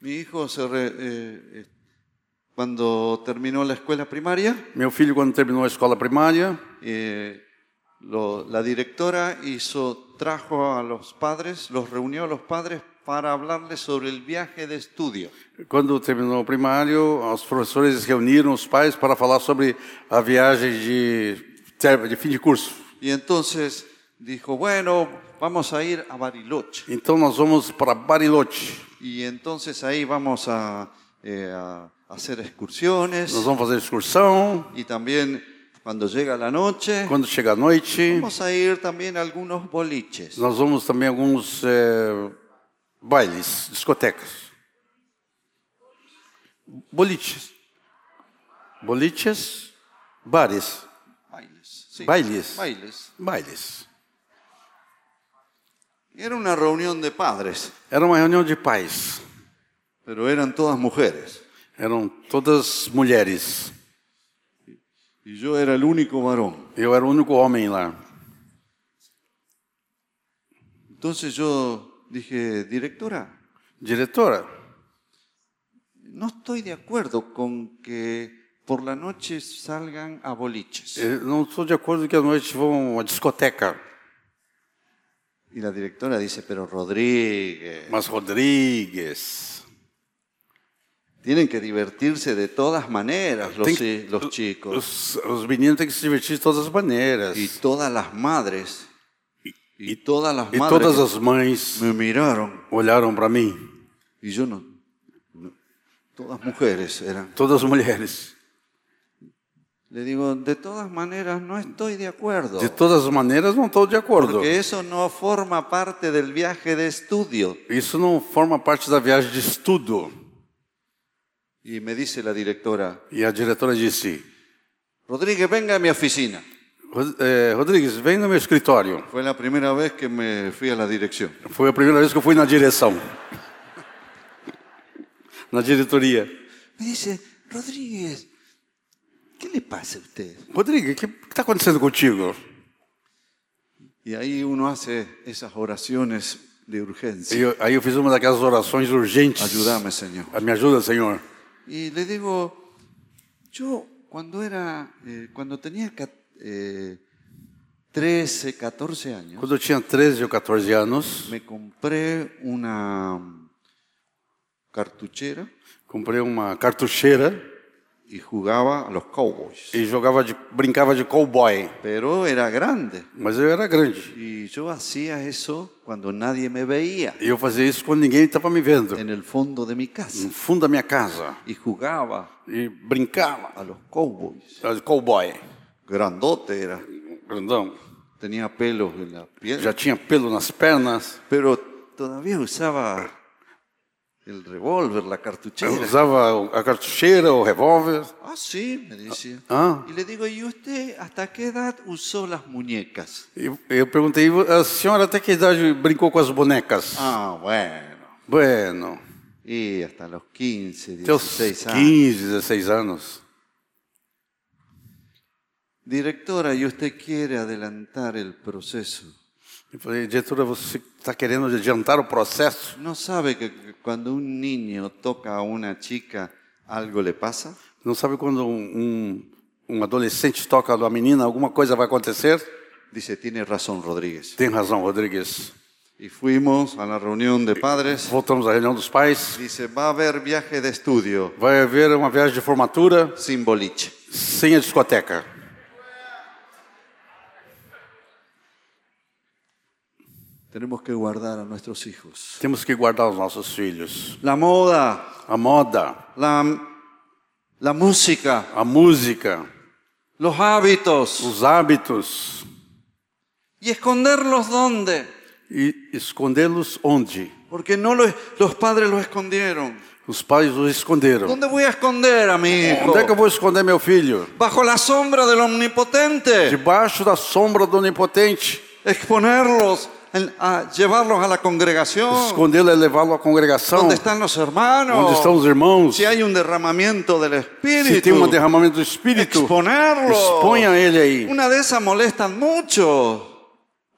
Speaker 1: Mi hijo se re- eh, eh, cuando terminó la escuela primaria,
Speaker 2: Meu filho, quando terminou a escola primária,
Speaker 1: Eh, lo- la directora hizo, trajo a los padres, los reunió a los padres para hablarles sobre el viaje de estudio.
Speaker 2: quando terminou o primário, os professores reuniram os pais para falar sobre a viagem de, ter- de fim de curso.
Speaker 1: Y entonces dijo, bueno, vamos a ir a Bariloche.
Speaker 2: Então nós vamos para Bariloche.
Speaker 1: Y entonces ahí vamos a, eh, a hacer excursiones.
Speaker 2: Nós vamos fazer excursão.
Speaker 1: Y también cuando llega la noche,
Speaker 2: Quando chega a noite,
Speaker 1: vamos a ir tambbién a algunos boliches.
Speaker 2: Nós vamos também a alguns eh, bailes, discotecas. Boliches. Boliches, bares,
Speaker 1: Bailes. sí.
Speaker 2: Bailes.
Speaker 1: Bailes.
Speaker 2: bailes.
Speaker 1: Era una reunión de padres,
Speaker 2: Era uma reunião de pais.
Speaker 1: pero eran todas mujeres.
Speaker 2: Eram todas mulheres.
Speaker 1: Y yo era el único varón.
Speaker 2: Eu era o único homem lá.
Speaker 1: Entonces yo dije, directora,
Speaker 2: Diretora,
Speaker 1: no estoy de acuerdo con que por la noche salgan a boliches.
Speaker 2: eu não estou de acordo que à noite vão a uma discoteca.
Speaker 1: Y la directora dice, pero Rodríguez,
Speaker 2: Mas Rodrigues.
Speaker 1: tienen que divertirse de todas maneras los,
Speaker 2: Tem-
Speaker 1: los chicos.
Speaker 2: Os, os meninos têm que se divertir de todas as maneiras.
Speaker 1: Y
Speaker 2: E,
Speaker 1: todas las madres, y todas las madres
Speaker 2: todas as mães
Speaker 1: me miraron
Speaker 2: olharam para mim.
Speaker 1: y yo no, no, todas mujeres eran.
Speaker 2: Todas mulheres.
Speaker 1: Le digo, de todas maneras no estoy de acuerdo.
Speaker 2: De todas as maneiras, não estou de acordo.
Speaker 1: Porque eso no forma parte del viaje de estudio.
Speaker 2: Isso não forma parte da viagem de estudo.
Speaker 1: Y me dice la directora,
Speaker 2: E a diretora disse:
Speaker 1: Rodríguez, venga a mi oficina.
Speaker 2: "Rod- eh, Rodrigues, vem no meu escritório.
Speaker 1: Fue la primera vez que me fui a la dirección.
Speaker 2: Foi a primeira vez que eu fui na direção. na diretoria.
Speaker 1: Me dice, Rodríguez, ¿qué le pasa a usted?
Speaker 2: Rodrigues, o que está acontecendo contigo?
Speaker 1: Y ahí uno hace esas oraciones de
Speaker 2: E
Speaker 1: urgencia.
Speaker 2: eu- aí eu fiz uma daquelas orações urgentes.
Speaker 1: Ayúdame, Señor.
Speaker 2: Ah, Me ajuda, Senhor.
Speaker 1: Y le digo, yo cuando era, eh, cuando tenía ca- eh, 13, 14 años,
Speaker 2: Quando eu tinha 13 ou 14 anos,
Speaker 1: me compré una cartuchera
Speaker 2: comprei uma cartucheira
Speaker 1: y jugaba a los Cowboys.
Speaker 2: e jogava de, brincava de cowboy.
Speaker 1: Pero era grande.
Speaker 2: Mas eu era grande.
Speaker 1: Y yo hacía eso cuando nadie me veía
Speaker 2: E eu fazia isso quando ninguém estava me vendo.
Speaker 1: en el fondo de mi casa.
Speaker 2: No fundo da minha casa.
Speaker 1: Y jugaba
Speaker 2: E brincava.
Speaker 1: a los Cowboys.
Speaker 2: Era de Cowboy.
Speaker 1: Grandote era.
Speaker 2: Grandão.
Speaker 1: Tenía pelos en la piel.
Speaker 2: Já tinha pelo nas pernas.
Speaker 1: Pero todavía usaba el revólver, la
Speaker 2: Eu
Speaker 1: cartuchera.
Speaker 2: usava o- a cartucheira, o revólver.
Speaker 1: Ah, sí, me decía.
Speaker 2: Ah.
Speaker 1: Y le digo, ¿y usted hasta qué edad usó las muñecas?
Speaker 2: E eu perguntei, a senhora até que idade brincou com as bonecas?
Speaker 1: Ah, bueno.
Speaker 2: Bueno,
Speaker 1: Y hasta los 15,
Speaker 2: teus
Speaker 1: 16 años.
Speaker 2: 15, 16 anos.
Speaker 1: Directora, ¿y usted quiere adelantar el proceso?
Speaker 2: Eu falei, diretora, você está querendo adiantar o processo?
Speaker 1: ¿No sabe que que cuando un niño toca a una chica, algo le pasa?
Speaker 2: Não sabe quando um, um, um adolescente toca uma menina, alguma coisa vai acontecer?
Speaker 1: Dice, tiene razón Rodríguez.
Speaker 2: Tem razão, Rodrigues.
Speaker 1: Y fuimos a la reunión de padres.
Speaker 2: Voltamos à reunião dos pais.
Speaker 1: Dice, va a haber viaje de estudio
Speaker 2: Vai haver uma viagem de formatura
Speaker 1: sin boliche.
Speaker 2: sem a discoteca.
Speaker 1: Tenemos que guardar a nuestros hijos.
Speaker 2: Temos que guardar os nossos filhos.
Speaker 1: La moda,
Speaker 2: A moda,
Speaker 1: la, la música,
Speaker 2: a música,
Speaker 1: los hábitos.
Speaker 2: os hábitos.
Speaker 1: ¿Y esconderlos dónde?
Speaker 2: E escondê-los onde?
Speaker 1: Porque no lo- los padres los escondieron.
Speaker 2: Os pais os esconderam.
Speaker 1: ¿Dónde voy a esconder a mi hijo?
Speaker 2: Onde é que eu vou esconder meu filho?
Speaker 1: Bajo la sombra del omnipotente.
Speaker 2: Debaixo da sombra do Onipotente.
Speaker 1: Exponerlos, en- a llevarlos a la congregação,
Speaker 2: Escondê-lo é levá-lo à congregação.
Speaker 1: donde están los hermanos.
Speaker 2: Onde estão os irmãos?
Speaker 1: Si hay un derramamiento del
Speaker 2: Se tem um
Speaker 1: espíritu,
Speaker 2: derramamento do Espírito,
Speaker 1: exponerlos.
Speaker 2: exponha ele aí.
Speaker 1: Una de esas molestan mucho.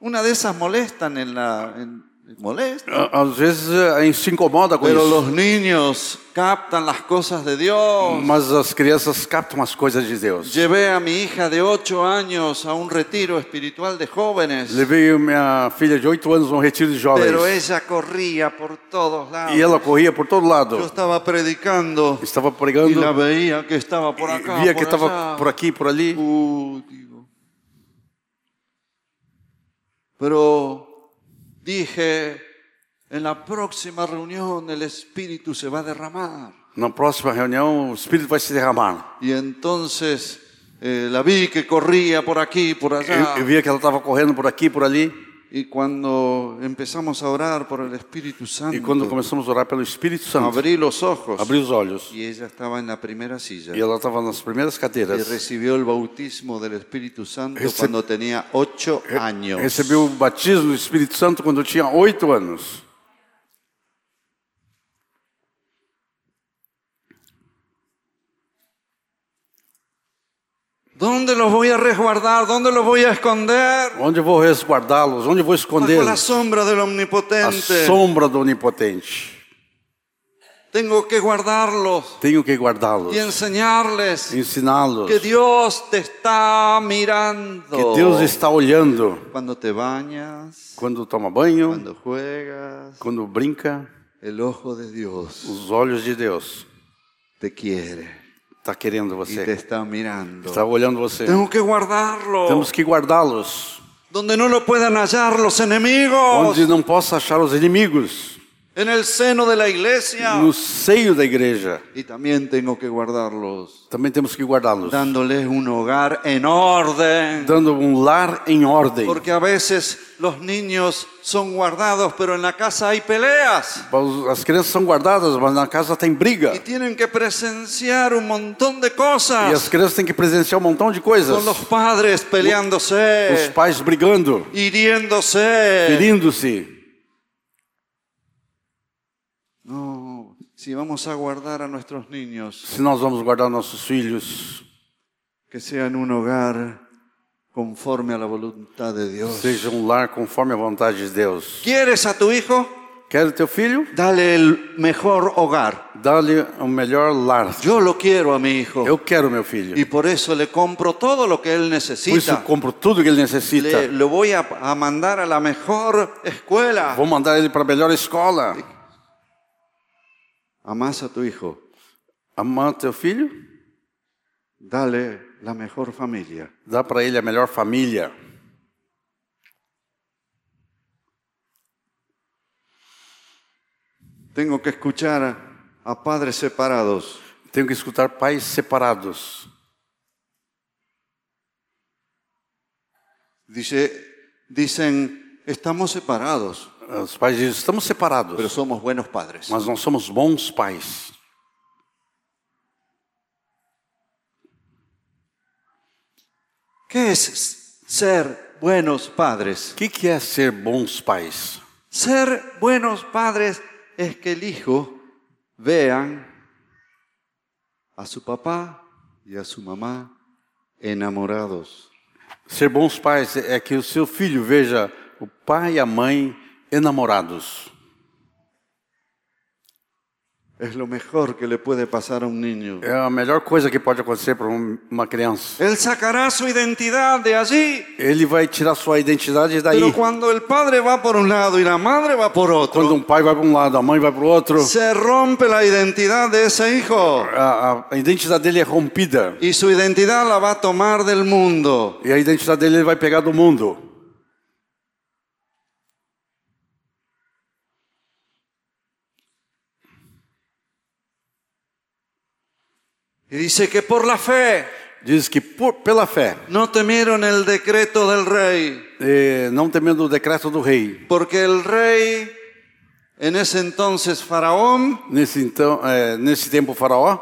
Speaker 1: Una de esas molestan en la. en- molestan.
Speaker 2: Á- Às vezes eh, se incomoda com
Speaker 1: Pero
Speaker 2: isso.
Speaker 1: los niños captan las cosas de Dios.
Speaker 2: Mas as crianças captam as coisas de Deus.
Speaker 1: Llevé a mi hija de 8 años a un retiro espiritual de jóvenes.
Speaker 2: Levei minha filha de 8 anos num retiro de
Speaker 1: Pero
Speaker 2: jovens.
Speaker 1: ella corría por todos lados.
Speaker 2: E ela corria por todo
Speaker 1: Yo
Speaker 2: lado.
Speaker 1: estaba predicando
Speaker 2: Estava
Speaker 1: y la
Speaker 2: pregando,
Speaker 1: veía que estaba por acá.
Speaker 2: via
Speaker 1: por
Speaker 2: que estava
Speaker 1: allá.
Speaker 2: por aqui, por ali.
Speaker 1: Uh, digo. Pero dije, en la próxima reunión el Espíritu se va a derramar.
Speaker 2: Na próxima reunião, o Espírito vai se derramar.
Speaker 1: Y entonces eh, la vi que corría por aquí, por allá.
Speaker 2: Eu, eu via que ela estava correndo por aqui, por ali.
Speaker 1: Y cuando empezamos a orar por el Espíritu
Speaker 2: E quando
Speaker 1: Santo,
Speaker 2: começamos a orar pelo Espírito Santo,
Speaker 1: abrí los ojos
Speaker 2: abri os olhos.
Speaker 1: y ella estaba en la primera silla.
Speaker 2: E ela estava nas primeiras
Speaker 1: Y
Speaker 2: cadeiras.
Speaker 1: recibió el bautismo del Espíritu Santo
Speaker 2: Receb-
Speaker 1: cuando tenía ocho
Speaker 2: e-
Speaker 1: años.
Speaker 2: Recebeu o batismo do Espírito Santo quando eu tinha oito anos.
Speaker 1: ¿Dónde los voy a resguardar? ¿Dónde los voy a esconder?
Speaker 2: Onde eu vou resguardá-los? Onde eu vou
Speaker 1: Bajo la
Speaker 2: escondê-los?
Speaker 1: sombra del
Speaker 2: A
Speaker 1: omnipotente.
Speaker 2: sombra do Onipotente.
Speaker 1: Tengo que guardarlos
Speaker 2: Tenho que guardá-los.
Speaker 1: y enseñarles
Speaker 2: Ensiná-los.
Speaker 1: que Dios te está mirando.
Speaker 2: Que Deus está olhando.
Speaker 1: Cuando te bañas,
Speaker 2: Quando toma banho,
Speaker 1: cuando juegas,
Speaker 2: quando brinca,
Speaker 1: el ojo de Dios
Speaker 2: os olhos de Deus
Speaker 1: te quiere
Speaker 2: está querendo
Speaker 1: y te
Speaker 2: você.
Speaker 1: está mirando.
Speaker 2: Está olhando você.
Speaker 1: Tengo que guardarlos
Speaker 2: Temos que guardá-los.
Speaker 1: donde no lo puedan hallar los enemigos.
Speaker 2: Onde não possa achar os inimigos.
Speaker 1: En el seno de la iglesia.
Speaker 2: No seio da igreja.
Speaker 1: Y también tengo que guardarlos
Speaker 2: Também temos que guardá-los.
Speaker 1: dándoles un hogar en orden.
Speaker 2: Dando um lar em ordem.
Speaker 1: Porque a veces los niños son guardados, pero en la casa hay peleas.
Speaker 2: As crianças são guardadas, mas na casa tem briga.
Speaker 1: Y tienen que presenciar un montón de
Speaker 2: E as
Speaker 1: cosas.
Speaker 2: crianças têm que presenciar um montão de coisas.
Speaker 1: Con los padres
Speaker 2: Os
Speaker 1: peleándose,
Speaker 2: pais brigando,
Speaker 1: hiriéndose.
Speaker 2: ferindo-se.
Speaker 1: No, si vamos a guardar a nuestros niños,
Speaker 2: Se nós vamos guardar nossos filhos,
Speaker 1: que sean un hogar conforme a la voluntad de Dios.
Speaker 2: seja um lar conforme a vontade de Deus.
Speaker 1: ¿Quieres a tu hijo?
Speaker 2: Quer o teu filho?
Speaker 1: Dale el mejor hogar.
Speaker 2: Dá-lhe o melhor lar.
Speaker 1: Yo lo quiero a mi hijo.
Speaker 2: Eu quero meu filho.
Speaker 1: Y por eso le compro todo lo que él
Speaker 2: Por isso eu
Speaker 1: necesita.
Speaker 2: compro tudo que ele necessita.
Speaker 1: Le, lo voy a, a mandar a la mejor escuela.
Speaker 2: Vou mandar ele para a melhor escola.
Speaker 1: Amás a tu hijo.
Speaker 2: Amar teu filho,
Speaker 1: Dale la mejor familia.
Speaker 2: dá para ele a melhor família.
Speaker 1: Tengo que escuchar a- a padres separados.
Speaker 2: Tenho que escutar pais separados.
Speaker 1: Dice, dicen, estamos separados,
Speaker 2: Os pais dizem: estamos
Speaker 1: pero
Speaker 2: separados,
Speaker 1: somos buenos padres.
Speaker 2: mas nós somos bons pais.
Speaker 1: ¿Qué es ser buenos padres?
Speaker 2: O que, que é ser bons pais?
Speaker 1: Ser buenos padres es que el hijo vean a su papá y a su mamá enamorados.
Speaker 2: Ser bons pais é que o seu filho veja o pai e a mãe enamorados.
Speaker 1: Es lo mejor que le puede pasar a un niño.
Speaker 2: É a melhor coisa que pode acontecer para um- uma criança.
Speaker 1: Él sacará su identidad de allí,
Speaker 2: Ele vai tirar sua identidade daí.
Speaker 1: pero cuando el padre va por un lado y la madre va por
Speaker 2: Quando
Speaker 1: otro,
Speaker 2: um pai vai para um lado, a mãe vai para o outro,
Speaker 1: se rompe la identidad de ese hijo.
Speaker 2: a, a- a identidade dele é rompida.
Speaker 1: Y su identidad la va a tomar del mundo.
Speaker 2: E a identidade dele ele vai pegar do mundo.
Speaker 1: Y dice que por la fe
Speaker 2: Diz que por, pela fé,
Speaker 1: no temieron el decreto del rey,
Speaker 2: eh, não temendo o decreto do rei.
Speaker 1: porque el rey, en ese entonces faraón,
Speaker 2: Nesse, então, eh, nesse tempo, o faraó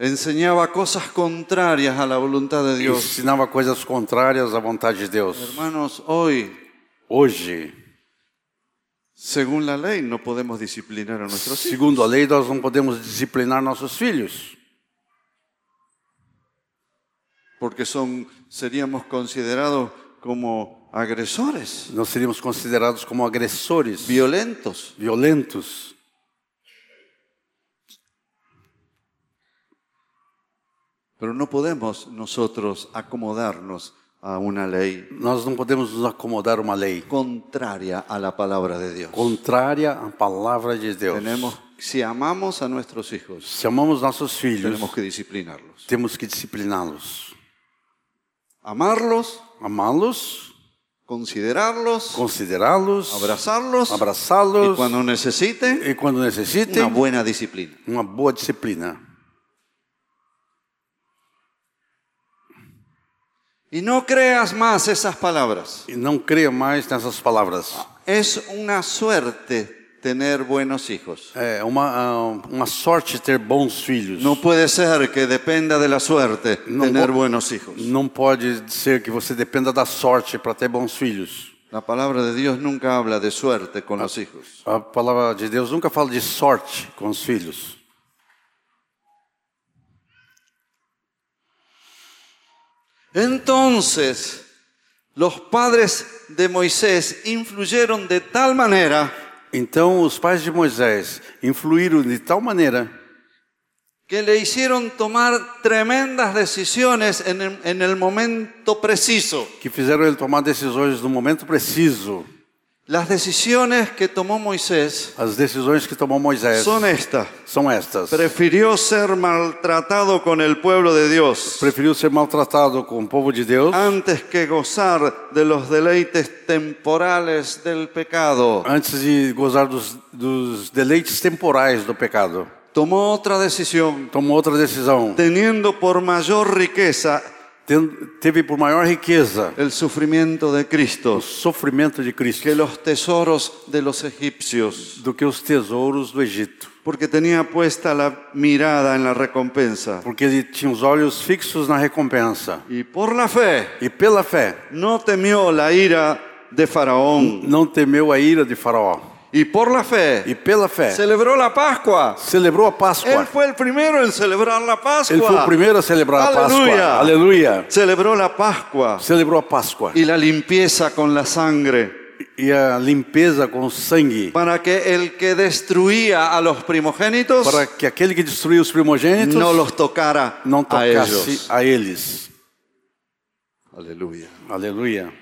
Speaker 1: enseñaba cosas contrarias a la voluntad de Dios.
Speaker 2: ensinava coisas contrárias à vontade de Deus.
Speaker 1: Hermanos, hoy,
Speaker 2: Hoje,
Speaker 1: según la ley, no podemos disciplinar a nuestros hijos.
Speaker 2: Segundo a lei, nós não podemos disciplinar nossos filhos,
Speaker 1: porque son, seríamos considerados como agresores,
Speaker 2: nós seríamos considerados como agressores,
Speaker 1: violentos.
Speaker 2: violentos.
Speaker 1: Pero no podemos nosotros acomodarnos a una ley
Speaker 2: Nós não podemos nos acomodar a uma lei
Speaker 1: contraria a la palabra de Dios.
Speaker 2: contrária à palavra de Deus.
Speaker 1: Tenemos, si amamos a nuestros hijos,
Speaker 2: Se amamos nossos filhos,
Speaker 1: tenemos que disciplinarlos.
Speaker 2: temos que discipliná-los,
Speaker 1: Amarlos,
Speaker 2: amá-los,
Speaker 1: considerarlos,
Speaker 2: considerá-los,
Speaker 1: abrazarlos y
Speaker 2: abraçá-los
Speaker 1: cuando necesite,
Speaker 2: e quando necessitem,
Speaker 1: una
Speaker 2: uma boa...
Speaker 1: buena disciplina.
Speaker 2: disciplina.
Speaker 1: Y no creas más esas palabras.
Speaker 2: E não creia mais nessas palavras.
Speaker 1: Es una suerte tener buenos hijos.
Speaker 2: É uma, ah, uma sorte ter bons filhos.
Speaker 1: No puede ser que dependa de la suerte
Speaker 2: No,
Speaker 1: tener
Speaker 2: vos-
Speaker 1: buenos hijos.
Speaker 2: Não pode ser que você dependa da sorte para ter bons filhos.
Speaker 1: La palabra de Dios nunca habla de suerte con los hijos.
Speaker 2: A palavra de Deus nunca fala de sorte com os filhos.
Speaker 1: Entonces, los padres de Moisés influyeron de tal manera
Speaker 2: Então, os pais de Moisés influíram de tal maneira
Speaker 1: que le hicieron tomar tremendas decisiones en el, en el momento preciso.
Speaker 2: que fizeram ele tomar decisões no momento preciso.
Speaker 1: Las decisiones que tomó Moisés
Speaker 2: As decisões que tomou Moisés
Speaker 1: son estas.
Speaker 2: são estas.
Speaker 1: Prefirió ser maltratado con el pueblo de Dios
Speaker 2: Preferiu ser maltratado com o povo de Deus
Speaker 1: antes que gozar de los deleites temporales del pecado.
Speaker 2: antes de gozar dos, dos deleites temporais do pecado.
Speaker 1: Tomó otra decisión,
Speaker 2: Tomou outra decisão.
Speaker 1: teniendo por mayor riqueza
Speaker 2: Ten- Teve por maior riqueza
Speaker 1: el sufrimiento de Cristo.
Speaker 2: o sofrimento de Cristo.
Speaker 1: que los tesoros de los egipcios,
Speaker 2: do que os tesouros do Egito,
Speaker 1: porque tenía puesta la mirada en la recompensa.
Speaker 2: porque ele tinha os olhos fixos na recompensa.
Speaker 1: Y por la fe
Speaker 2: E pela fé,
Speaker 1: no temió la ira de Faraón.
Speaker 2: não temeu a ira de Faraó.
Speaker 1: Y por la
Speaker 2: E
Speaker 1: fe
Speaker 2: pela fé,
Speaker 1: celebró la Pascua.
Speaker 2: celebrou a
Speaker 1: Él
Speaker 2: Páscoa.
Speaker 1: fue el primero en celebrar la
Speaker 2: Ele foi o
Speaker 1: Pascua.
Speaker 2: primeiro a celebrar
Speaker 1: Aleluia!
Speaker 2: a Páscoa. Aleluia!
Speaker 1: Celebró la Pascua
Speaker 2: Celebrou a Páscoa
Speaker 1: y la limpieza con la sangre.
Speaker 2: e a limpeza com sangue,
Speaker 1: para que el que destruía a los primogénitos
Speaker 2: para que aquele que destruiu os primogênitos
Speaker 1: no los tocara
Speaker 2: não
Speaker 1: a
Speaker 2: tocasse
Speaker 1: ellos.
Speaker 2: a eles.
Speaker 1: Aleluya.
Speaker 2: Aleluia.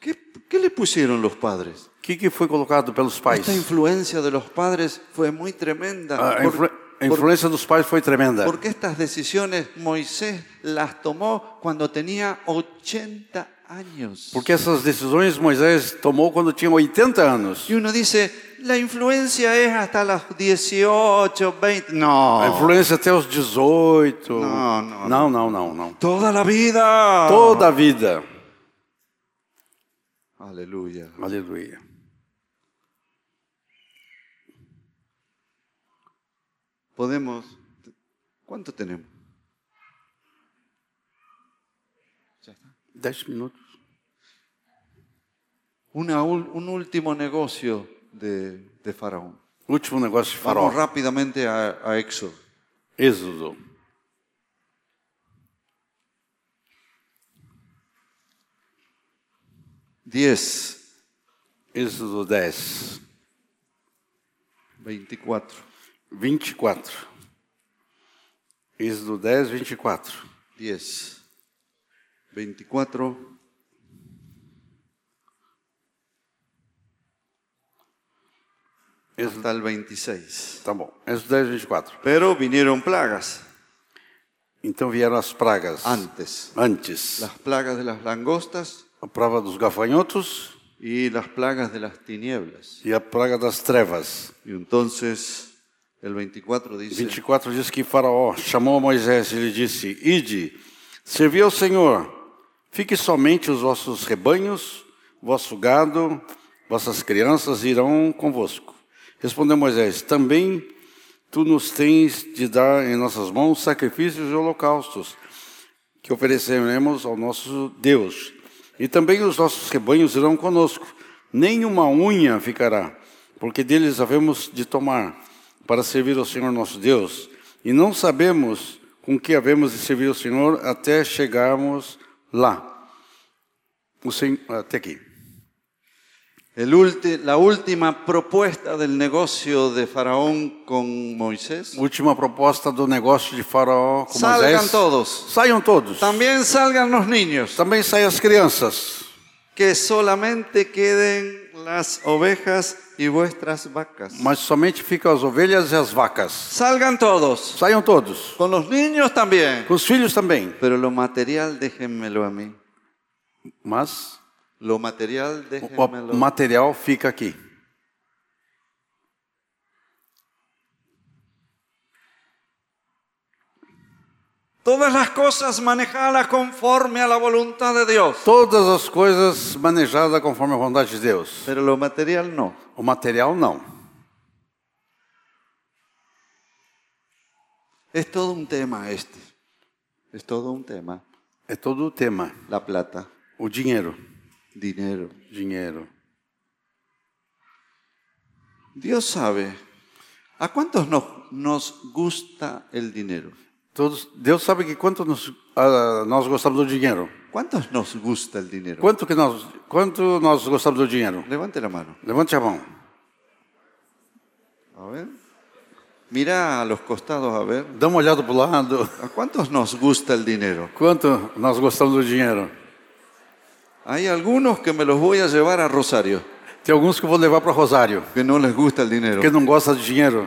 Speaker 1: ¿Qué, qué le pusieron los padres?
Speaker 2: O que, que foi colocado pelos pais?
Speaker 1: Esta influencia de los padres fue muy tremenda.
Speaker 2: A,
Speaker 1: Por-
Speaker 2: Ah, influ- a influência dos pais foi tremenda.
Speaker 1: porque estas decisiones Moisés las tomó cuando tenía 80 años.
Speaker 2: Porque essas decisões Moisés tomou quando tinha 80 anos.
Speaker 1: Y uno dice, la influencia es hasta los 18, 20. No.
Speaker 2: A influência até os 18.
Speaker 1: Oh. Não, não, Ah.
Speaker 2: não, não, não, não.
Speaker 1: Toda la vida.
Speaker 2: Toda a vida.
Speaker 1: Aleluya.
Speaker 2: Aleluia.
Speaker 1: Podemos. ¿Cuánto tenemos?
Speaker 2: 10 minutos.
Speaker 1: Una ul- un último negocio de, de Faraón.
Speaker 2: Último negócio de
Speaker 1: Vamos
Speaker 2: farol.
Speaker 1: rápidamente a, a Éxodo.
Speaker 2: Êxodo.
Speaker 1: Diez,
Speaker 2: Êxodo 10.
Speaker 1: 24.
Speaker 2: 24. Êxodo 10, 24.
Speaker 1: 10, 24. Hasta el 26.
Speaker 2: Tá bom. Êxodo 10, 24.
Speaker 1: Pero vinieron plagas
Speaker 2: Então vieram as pragas.
Speaker 1: antes.
Speaker 2: Antes.
Speaker 1: Las plagas de las langostas
Speaker 2: A prova dos gafanhotos
Speaker 1: y las plagas de las tinieblas.
Speaker 2: e a praga das trevas.
Speaker 1: Y entonces el 24 dice,
Speaker 2: 24 diz que Faraó chamou a Moisés e lhe disse: Ide, servi ao Senhor, fique somente os vossos rebanhos, vosso gado, vossas crianças irão convosco. Respondeu Moisés: Também tu nos tens de dar em nossas mãos sacrifícios e holocaustos que ofereceremos ao nosso Deus. E também os nossos rebanhos irão conosco. Nem uma unha ficará, porque deles havemos de tomar para servir ao Senhor nosso Deus. E não sabemos com que havemos de servir ao Senhor até chegarmos lá. O Sen- até aqui.
Speaker 1: el ulti- la última propuesta del negocio de Faraón con Moisés,
Speaker 2: Última proposta do negócio de Faraó com
Speaker 1: Salgam
Speaker 2: Moisés.
Speaker 1: todos.
Speaker 2: Saiam todos.
Speaker 1: también salgan los niños,
Speaker 2: Também saiam as crianças.
Speaker 1: que solamente queden las ovejas y vuestras vacas.
Speaker 2: Mas somente ficam as ovelhas e as vacas.
Speaker 1: Salgan todos,
Speaker 2: Saiam todos.
Speaker 1: con los niños también,
Speaker 2: Com os filhos também.
Speaker 1: pero lo material déjenmelo a mí.
Speaker 2: Mas
Speaker 1: Lo material
Speaker 2: o a-
Speaker 1: déjenmelo.
Speaker 2: material fica aqui.
Speaker 1: Todas las cosas manejadas conforme a la voluntad de Dios,
Speaker 2: Todas as coisas manejadas conforme a vontade de Deus.
Speaker 1: pero lo material no.
Speaker 2: O material não.
Speaker 1: Es todo un tema este. Es todo un tema.
Speaker 2: É todo o tema.
Speaker 1: La plata,
Speaker 2: O dinheiro.
Speaker 1: dinero.
Speaker 2: Dinheiro.
Speaker 1: Dios sabe. ¿A cuántos nos, nos gusta el dinero?
Speaker 2: Todos, Deus sabe que quanto nos, ah, nós gostamos do dinheiro.
Speaker 1: ¿Cuántos nos gusta el dinero?
Speaker 2: Quanto que nós, quanto nós gostamos do dinheiro?
Speaker 1: Levante la mano.
Speaker 2: Levante a mão.
Speaker 1: A ver. Mira a los costados, a ver.
Speaker 2: Dá uma olhada para o lado.
Speaker 1: ¿A cuántos nos gusta el dinero?
Speaker 2: Quanto nós gostamos do dinheiro?
Speaker 1: Hay algunos que me los voy a llevar a Rosario,
Speaker 2: Tem alguns que eu vou levar para Rosário,
Speaker 1: que no les gusta el dinero.
Speaker 2: que não gosta de dinheiro.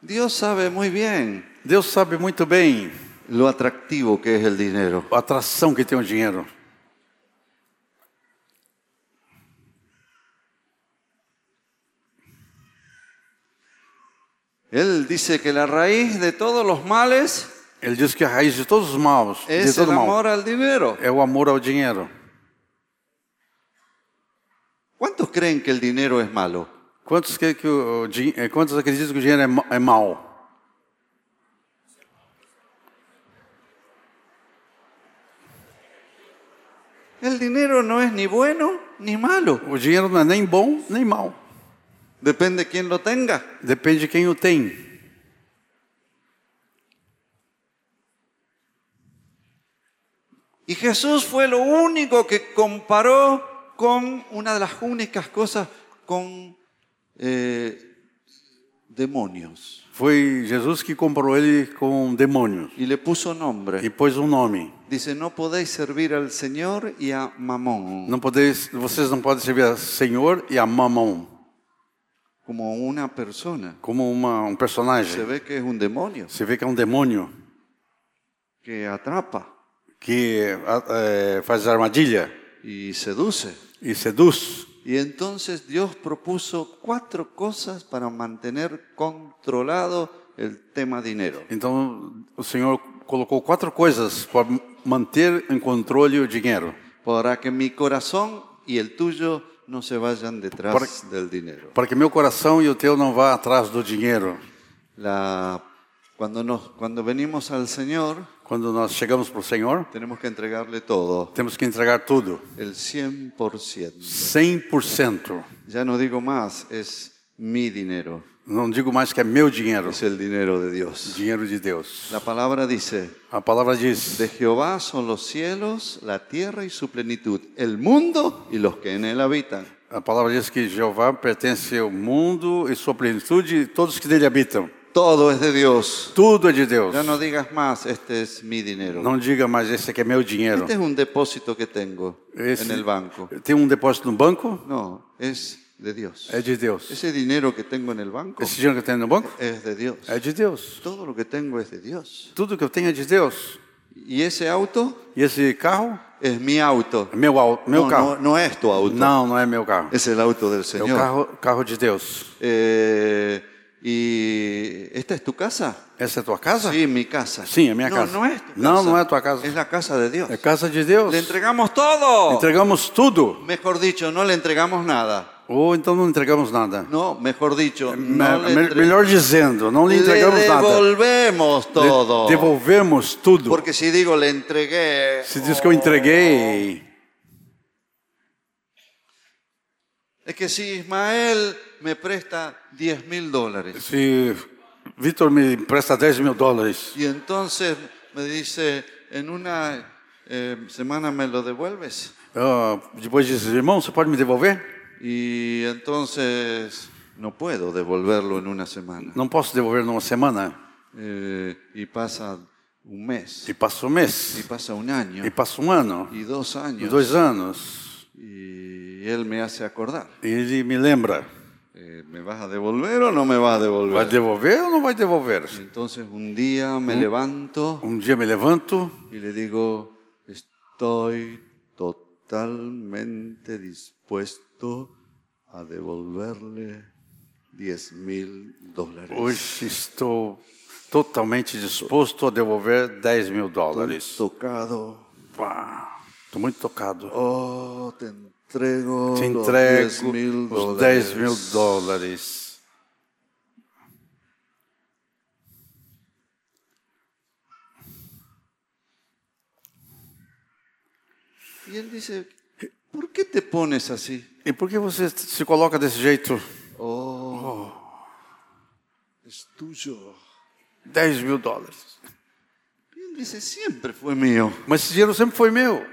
Speaker 1: Dios sabe muy bien
Speaker 2: Deus sabe muito bem
Speaker 1: lo atractivo que es el dinero.
Speaker 2: a atração que tem o dinheiro.
Speaker 1: Él dice que la raíz de todos los males
Speaker 2: Ele diz que a raiz de todos os maus, de
Speaker 1: es el
Speaker 2: todo mal,
Speaker 1: é amor al dinero.
Speaker 2: é o amor ao dinheiro.
Speaker 1: ¿Cuántos creen que el dinero es malo?
Speaker 2: Quantos, que, que o, din- eh, quantos acreditam que o dinheiro é, ma- é mau?
Speaker 1: El dinero no es ni bueno ni malo.
Speaker 2: O dinheiro não é nem bom nem mau.
Speaker 1: Depende quién lo tenga.
Speaker 2: Depende de quem o tem.
Speaker 1: Y Jesús fue lo único que comparó con una de las únicas cosas con eh, demonios.
Speaker 2: Foi Jesus que comparou ele com demônios
Speaker 1: Y le puso nombre.
Speaker 2: e pôs um nome.
Speaker 1: Dice, no podéis servir al Señor y a Mamón,
Speaker 2: Não podeis, vocês não podem servir a Senhor e a Mamão
Speaker 1: como una persona.
Speaker 2: como uma, um
Speaker 1: Se
Speaker 2: personagem.
Speaker 1: ve que es un demonio
Speaker 2: Você vê que é um demônio
Speaker 1: que atrapa
Speaker 2: que a- é, faz armadilha
Speaker 1: y seduce.
Speaker 2: e seduz.
Speaker 1: Y entonces Dios propuso cuatro cosas para mantener controlado el tema dinero.
Speaker 2: Então o Senhor colocou quatro coisas para manter em controle o dinheiro,
Speaker 1: Para que mi corazón y el tuyo no se vayan detrás del dinero.
Speaker 2: para que meu coração e o teu não vá atrás do dinheiro.
Speaker 1: La- cuando, nos, cuando venimos al Señor,
Speaker 2: Quando nós chegamos para o Senhor,
Speaker 1: tenemos que entregarle todo,
Speaker 2: temos que entregar tudo,
Speaker 1: el 100%.
Speaker 2: 100%.
Speaker 1: Ya no digo más, es mi dinero,
Speaker 2: Não digo mais que é meu dinheiro,
Speaker 1: es el dinero de Dios.
Speaker 2: dinheiro de Deus.
Speaker 1: La palabra dice,
Speaker 2: A palavra diz:
Speaker 1: De Jehová son los cielos, la tierra y su plenitud, el mundo y los que en él habitan.
Speaker 2: A palavra diz que Jeová pertence ao mundo e sua plenitude e todos que dele habitam.
Speaker 1: Todo es de Dios.
Speaker 2: Tudo é de Deus.
Speaker 1: Ya no digas más, este es mi dinero.
Speaker 2: Não diga mais esse aqui é meu dinheiro.
Speaker 1: Este es un depósito que tengo
Speaker 2: Esse
Speaker 1: en el banco.
Speaker 2: Tem um depósito no banco?
Speaker 1: No, es de Dios.
Speaker 2: É de Deus.
Speaker 1: Esse dinero que tengo en el banco
Speaker 2: Esse dinheiro que eu tenho no banco
Speaker 1: es de Dios.
Speaker 2: é de Deus.
Speaker 1: Todo lo que tengo es de Dios.
Speaker 2: Tudo que eu tenho é de Deus.
Speaker 1: Y ese auto
Speaker 2: E esse carro
Speaker 1: es mi auto.
Speaker 2: é meu, au- meu
Speaker 1: No, no,
Speaker 2: carro.
Speaker 1: no es tu auto.
Speaker 2: Não, não é meu carro.
Speaker 1: Es el auto del
Speaker 2: É o
Speaker 1: Señor.
Speaker 2: carro, carro de Deus.
Speaker 1: Eh, ¿Y esta es tu casa?
Speaker 2: Essa é a tua casa?
Speaker 1: Sí, mi casa.
Speaker 2: Sí, es mi
Speaker 1: no,
Speaker 2: casa.
Speaker 1: No es tu é casa.
Speaker 2: No, no es tu casa.
Speaker 1: Es la casa de Dios.
Speaker 2: É casa de Deus.
Speaker 1: Le entregamos todo.
Speaker 2: Entregamos tudo.
Speaker 1: Mejor dicho, no le entregamos nada.
Speaker 2: Ou então não entregamos nada.
Speaker 1: No, mejor dicho, no
Speaker 2: Eh, Me-
Speaker 1: le,
Speaker 2: me-
Speaker 1: entre-
Speaker 2: melhor dizendo, não lhe
Speaker 1: le
Speaker 2: entregamos nada.
Speaker 1: devolvemos
Speaker 2: De-
Speaker 1: todo.
Speaker 2: Devolvemos tudo.
Speaker 1: Porque si digo le entregué,
Speaker 2: Se diz que eu entreguei.
Speaker 1: es que si Ismael me presta 10 mil dólares
Speaker 2: Se Vitor me empresta 10 mil dólares
Speaker 1: y entonces me dice, en una eh, semana me lo devuelves.
Speaker 2: ah, depois diz, irmão, você pode me devolver?
Speaker 1: Y entonces no puedo devolverlo en una semana.
Speaker 2: Não posso devolver numa semana.
Speaker 1: Eh, y passa un mes,
Speaker 2: E passa um
Speaker 1: y
Speaker 2: mês,
Speaker 1: pasa un año,
Speaker 2: e passa um ano,
Speaker 1: y dos
Speaker 2: e
Speaker 1: años,
Speaker 2: dois anos.
Speaker 1: y él me hace acordar.
Speaker 2: E ele me lembra,
Speaker 1: Eh, ¿Me vas a devolver o no me vas a
Speaker 2: vai
Speaker 1: devolver?
Speaker 2: devolver ou não vai devolver?
Speaker 1: Y Entonces un día me levanto
Speaker 2: Um dia me levanto
Speaker 1: y le digo, estoy totalmente dispuesto a devolverle 10 mil dólares.
Speaker 2: Hoje estou totalmente disposto a devolver 10 mil dólares.
Speaker 1: Tocado,
Speaker 2: Estou muito tocado.
Speaker 1: oh, te entrego
Speaker 2: Te
Speaker 1: los
Speaker 2: entrego
Speaker 1: 10.000
Speaker 2: os 10 mil
Speaker 1: dólares.
Speaker 2: dólares.
Speaker 1: Y él dice, ¿por qué te pones así?
Speaker 2: E por que você se coloca desse jeito?
Speaker 1: Oh, es tuyo.
Speaker 2: 10 mil dólares.
Speaker 1: Y él dice, siempre fue mío.
Speaker 2: Mas esse dinheiro sempre foi meu.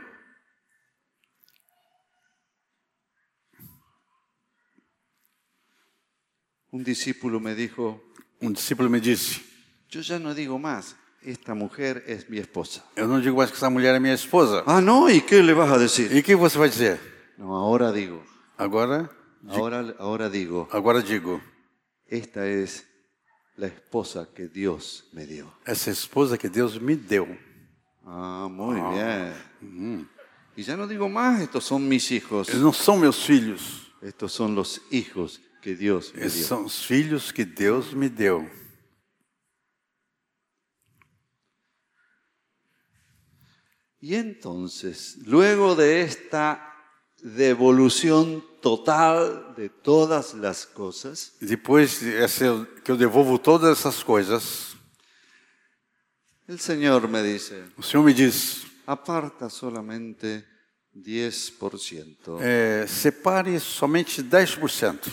Speaker 1: Un discípulo me dijo,
Speaker 2: Um discípulo me disse:
Speaker 1: yo ya no digo más, esta mujer es mi esposa.
Speaker 2: Eu não digo mais que essa mulher é minha esposa.
Speaker 1: Ah, no, ¿y qué le vas a decir?
Speaker 2: E o que você vai dizer?
Speaker 1: No, ahora digo,
Speaker 2: Agora,
Speaker 1: ahora, ahora digo,
Speaker 2: agora digo:
Speaker 1: esta es la esposa que Dios me dio.
Speaker 2: essa esposa que Deus me deu.
Speaker 1: Ah, muy bien. Y ya no digo más, estos son mis hijos.
Speaker 2: Eles não são meus filhos,
Speaker 1: Estos son los hijos que Dios me
Speaker 2: eles
Speaker 1: dio.
Speaker 2: são os filhos que Deus me deu.
Speaker 1: Y entonces, luego de esta devolución total de todas las cosas,
Speaker 2: E Depois essa- que eu devolvo todas essas coisas,
Speaker 1: el Señor me dice,
Speaker 2: o Senhor me diz:
Speaker 1: aparta solamente 10%
Speaker 2: é, separe somente 10%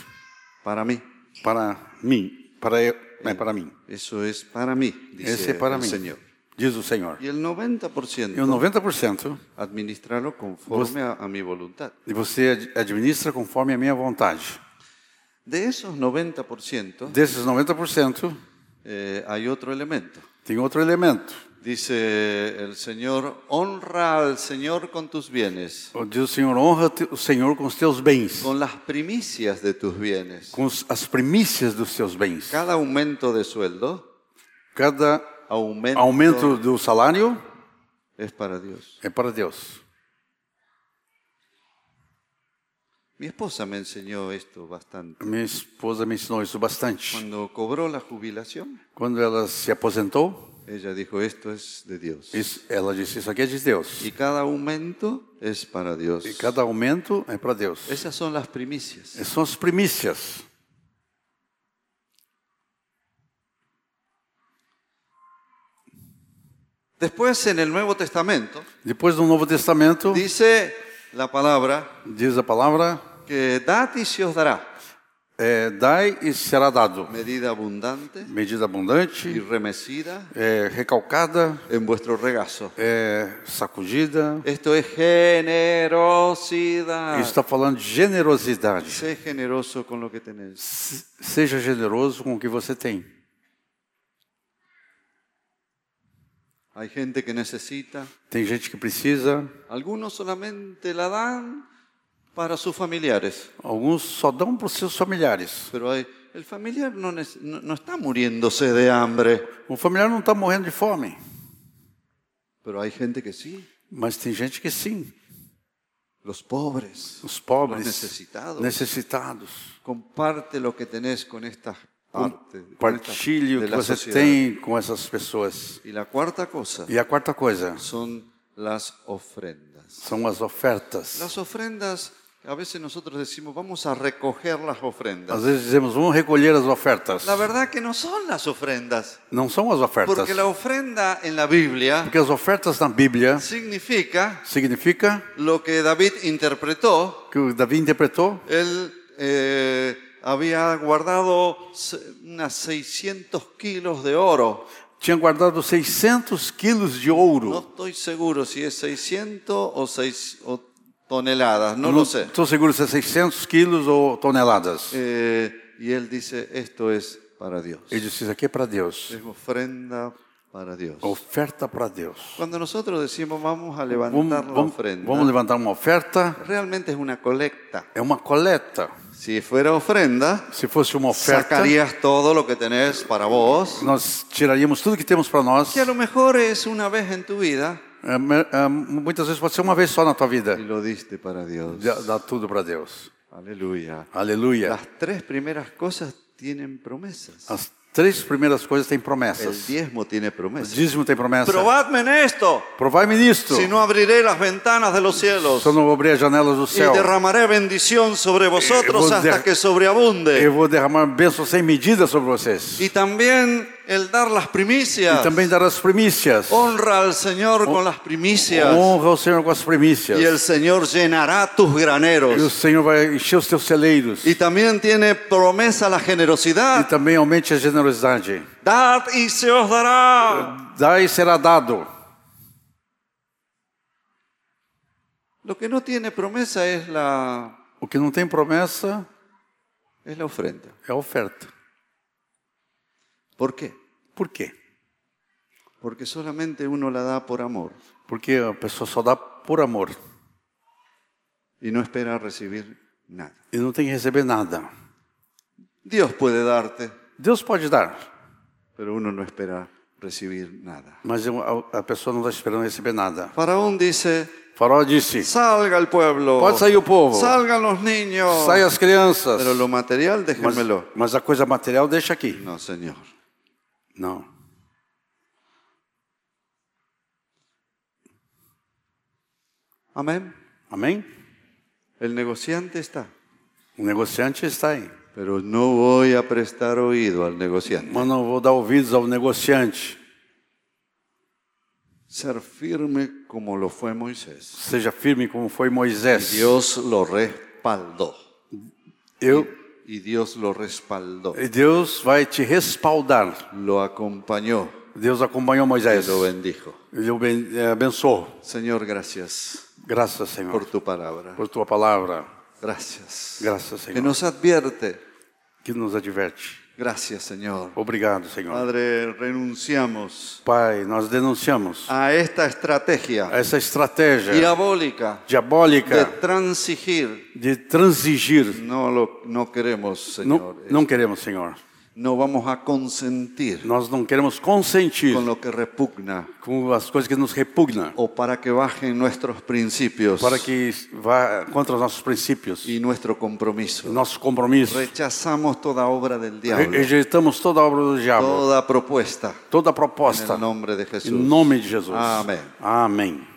Speaker 1: para mim.
Speaker 2: para mim, para eu, é para mim.
Speaker 1: Eso es para mí, dice
Speaker 2: Esse é para
Speaker 1: el
Speaker 2: mim.
Speaker 1: Señor.
Speaker 2: diz o Senhor.
Speaker 1: Y el
Speaker 2: E o
Speaker 1: 90%
Speaker 2: 90%
Speaker 1: administrarlo conforme a, a mi voluntad.
Speaker 2: e você ad- administra conforme a minha vontade.
Speaker 1: De esos 90%
Speaker 2: Desses 90%,
Speaker 1: eh, hay otro elemento.
Speaker 2: tem outro elemento.
Speaker 1: Dice el Señor, honra al Señor con tus bienes,
Speaker 2: Diz o Senhor, honra te- o Senhor com os teus bens,
Speaker 1: con las primicias de tus bienes.
Speaker 2: com os- as primícias dos seus bens.
Speaker 1: Cada aumento de sueldo,
Speaker 2: Cada
Speaker 1: aumento,
Speaker 2: aumento do salário
Speaker 1: es para Dios.
Speaker 2: é para Deus.
Speaker 1: Mi esposa me enseñó esto bastante.
Speaker 2: Minha esposa me ensinou isso bastante.
Speaker 1: Cuando cobró la jubilación,
Speaker 2: Quando ela se aposentou,
Speaker 1: ella dijo, esto es de Dios.
Speaker 2: isso- ela disse: Isso aqui é de Deus.
Speaker 1: Y cada aumento es para Dios.
Speaker 2: E cada aumento é para Deus.
Speaker 1: Esas son las primicias.
Speaker 2: São as primícias.
Speaker 1: Después en el Nuevo Testamento
Speaker 2: Depois do Novo Testamento,
Speaker 1: dice la palabra
Speaker 2: diz a palavra:
Speaker 1: que dad y se os dará.
Speaker 2: é, Dai e será dado.
Speaker 1: Medida abundante
Speaker 2: Medida
Speaker 1: y
Speaker 2: abundante,
Speaker 1: remecida
Speaker 2: é, recalcada,
Speaker 1: en vuestro regazo.
Speaker 2: é, sacudida.
Speaker 1: Esto es generosidad.
Speaker 2: Isso está falando de generosidade.
Speaker 1: Sé generoso con lo que tenés.
Speaker 2: Se- Seja generoso com o que você tem.
Speaker 1: Hay gente que necesita.
Speaker 2: Tem gente que precisa,
Speaker 1: Algunos solamente la dan para sus familiares.
Speaker 2: alguns só dão para os seus familiares.
Speaker 1: Pero hay, el familiar no, nece- no- no está muriéndose de hambre.
Speaker 2: O familiar não está morrendo de fome,
Speaker 1: Pero hay gente que sí.
Speaker 2: mas tem gente que sim.
Speaker 1: Los pobres.
Speaker 2: Os pobres,
Speaker 1: Os necessitados.
Speaker 2: necessitados.
Speaker 1: Comparte lo que tenés con estas partes. con estas
Speaker 2: Partilhe o
Speaker 1: de
Speaker 2: que
Speaker 1: la
Speaker 2: você
Speaker 1: sociedad.
Speaker 2: tem com essas pessoas.
Speaker 1: Y la cuarta cosa
Speaker 2: E a quarta coisa
Speaker 1: son las ofrendas.
Speaker 2: são as ofertas.
Speaker 1: Las ofrendas, a veces nosotros decimos, vamos a recoger las
Speaker 2: Às
Speaker 1: ofrendas.
Speaker 2: vezes dizemos, vamos recolher as ofertas.
Speaker 1: La verdad que no son las ofrendas,
Speaker 2: Não são as ofertas.
Speaker 1: porque é la ofrenda en la Biblia
Speaker 2: Porque as ofertas na Bíblia
Speaker 1: significa
Speaker 2: significa
Speaker 1: lo que David interpretó.
Speaker 2: que o Davi interpretou
Speaker 1: Él eh, había guardado se- unas 600 kilos de oro.
Speaker 2: tinha guardado 600 quilos de ouro.
Speaker 1: No estoy seguro si es 600 o 6 o toneladas, no
Speaker 2: Eu
Speaker 1: lo sé.
Speaker 2: Estou seguro se é 600 quilos ou toneladas.
Speaker 1: Eh, y él dice, esto es para Dios.
Speaker 2: Ele disse, isso aqui é para Deus.
Speaker 1: Es ofrenda para Dios.
Speaker 2: Oferta para Deus.
Speaker 1: Cuando nosotros decimos vamos a
Speaker 2: Vamos,
Speaker 1: levantar la
Speaker 2: vamos-
Speaker 1: ofrenda,
Speaker 2: vamos levantar uma oferta.
Speaker 1: realmente es una colecta.
Speaker 2: É uma coleta.
Speaker 1: Si fuera ofrenda,
Speaker 2: Se fosse uma oferta,
Speaker 1: sacarías todo lo que tenés para vos,
Speaker 2: nós tiraríamos tudo que temos para nós.
Speaker 1: que a lo mejor es una vez en tu vida
Speaker 2: É, me- é, muitas vezes pode ser uma vez só na tua
Speaker 1: y
Speaker 2: vida.
Speaker 1: lo diste para Deus.
Speaker 2: Dá dá tudo para Deus.
Speaker 1: Aleluya.
Speaker 2: Aleluia.
Speaker 1: Las tres primeras cosas tienen promesas.
Speaker 2: As três primeiras coisas têm
Speaker 1: El
Speaker 2: promessas.
Speaker 1: diezmo tiene
Speaker 2: O
Speaker 1: promesas.
Speaker 2: dízimo tem promessa.
Speaker 1: Probadme en esto,
Speaker 2: Provai-me nisto.
Speaker 1: si no abriré las ventanas de los cielos
Speaker 2: Se eu não abrir as janelas do
Speaker 1: y
Speaker 2: céu,
Speaker 1: derramaré bendición sobre vosotros
Speaker 2: vos de-
Speaker 1: hasta que sobreabunde.
Speaker 2: eu vou derramar bênçãos sem medida sobre vocês.
Speaker 1: Y también el dar las primicias.
Speaker 2: E também dar as primícias.
Speaker 1: Honra al Señor con las primicias.
Speaker 2: Honra o Senhor com as primícias.
Speaker 1: Y el Señor llenará tus
Speaker 2: E o
Speaker 1: graneros.
Speaker 2: Senhor vai encher os teus celeiros.
Speaker 1: Y también tiene promesa la
Speaker 2: E
Speaker 1: generosidad.
Speaker 2: também aumente a generosidade.
Speaker 1: Dad y se os dará.
Speaker 2: Dai e será dado.
Speaker 1: Lo que no tiene promesa es la,
Speaker 2: O que não tem promessa
Speaker 1: es la ofrenda.
Speaker 2: é a oferta.
Speaker 1: ¿Por quê?
Speaker 2: Por quê?
Speaker 1: Porque solamente uno la da por amor
Speaker 2: Porque a pessoa só dá por amor
Speaker 1: y no espera recibir nada.
Speaker 2: e não tem que receber nada.
Speaker 1: Dios puede darte,
Speaker 2: Deus pode dar,
Speaker 1: pero uno no espera recibir nada.
Speaker 2: mas a a pessoa não está esperando receber nada.
Speaker 1: Faraón dice,
Speaker 2: Faraó disse:
Speaker 1: Salga el pueblo.
Speaker 2: Pode sair o povo.
Speaker 1: Salgan los niños.
Speaker 2: Sai as crianças.
Speaker 1: Pero lo material,
Speaker 2: Mas,
Speaker 1: déjenmelo.
Speaker 2: mas a coisa material deixa aqui.
Speaker 1: No, Señor.
Speaker 2: Não.
Speaker 1: Amén.
Speaker 2: Amém?
Speaker 1: El negociante está.
Speaker 2: O negociante está aí.
Speaker 1: Pero no voy a prestar oído al negociante.
Speaker 2: Mas não vou dar ouvidos ao negociante.
Speaker 1: Ser firme como lo fue Moisés.
Speaker 2: Seja firme como foi Moisés.
Speaker 1: Dios lo respaldó.
Speaker 2: Eu,
Speaker 1: Y Deus lo respaldó.
Speaker 2: Deus vai te respaldar.
Speaker 1: Lo acompañó.
Speaker 2: Deus acompanhou Moisés.
Speaker 1: y lo bendijo.
Speaker 2: Ele o ben- eh, abençoou.
Speaker 1: Señor, gracias
Speaker 2: Graças, Senhor,
Speaker 1: por tu palabra.
Speaker 2: por tua palavra.
Speaker 1: Gracias.
Speaker 2: Graças,
Speaker 1: Que
Speaker 2: Senhor,
Speaker 1: nos advierte.
Speaker 2: que nos adverte.
Speaker 1: Gracias, Señor.
Speaker 2: Obrigado, Senhor.
Speaker 1: Padre, renunciamos
Speaker 2: Pai, nós denunciamos
Speaker 1: a esta estrategia
Speaker 2: essa estratégia
Speaker 1: diabólica de
Speaker 2: diabólica
Speaker 1: transigir.
Speaker 2: de transigir.
Speaker 1: No lo no queremos,
Speaker 2: Não,
Speaker 1: Señor.
Speaker 2: não queremos, Senhor.
Speaker 1: No vamos a consentir
Speaker 2: Nós não queremos consentir
Speaker 1: con lo que repugna
Speaker 2: com as coisas que nos repugnam,
Speaker 1: o para que bajen nuestros principios
Speaker 2: para que vá contra os nossos princípios,
Speaker 1: y nuestro compromiso.
Speaker 2: nossos compromissos.
Speaker 1: Rechazamos toda obra del
Speaker 2: Re-
Speaker 1: diablo,
Speaker 2: Rejeitamos toda a obra do diabo,
Speaker 1: toda propuesta
Speaker 2: toda a
Speaker 1: en
Speaker 2: proposta,
Speaker 1: el nombre de
Speaker 2: em
Speaker 1: Jesús.
Speaker 2: nome de Jesus.
Speaker 1: Amém.
Speaker 2: Amém.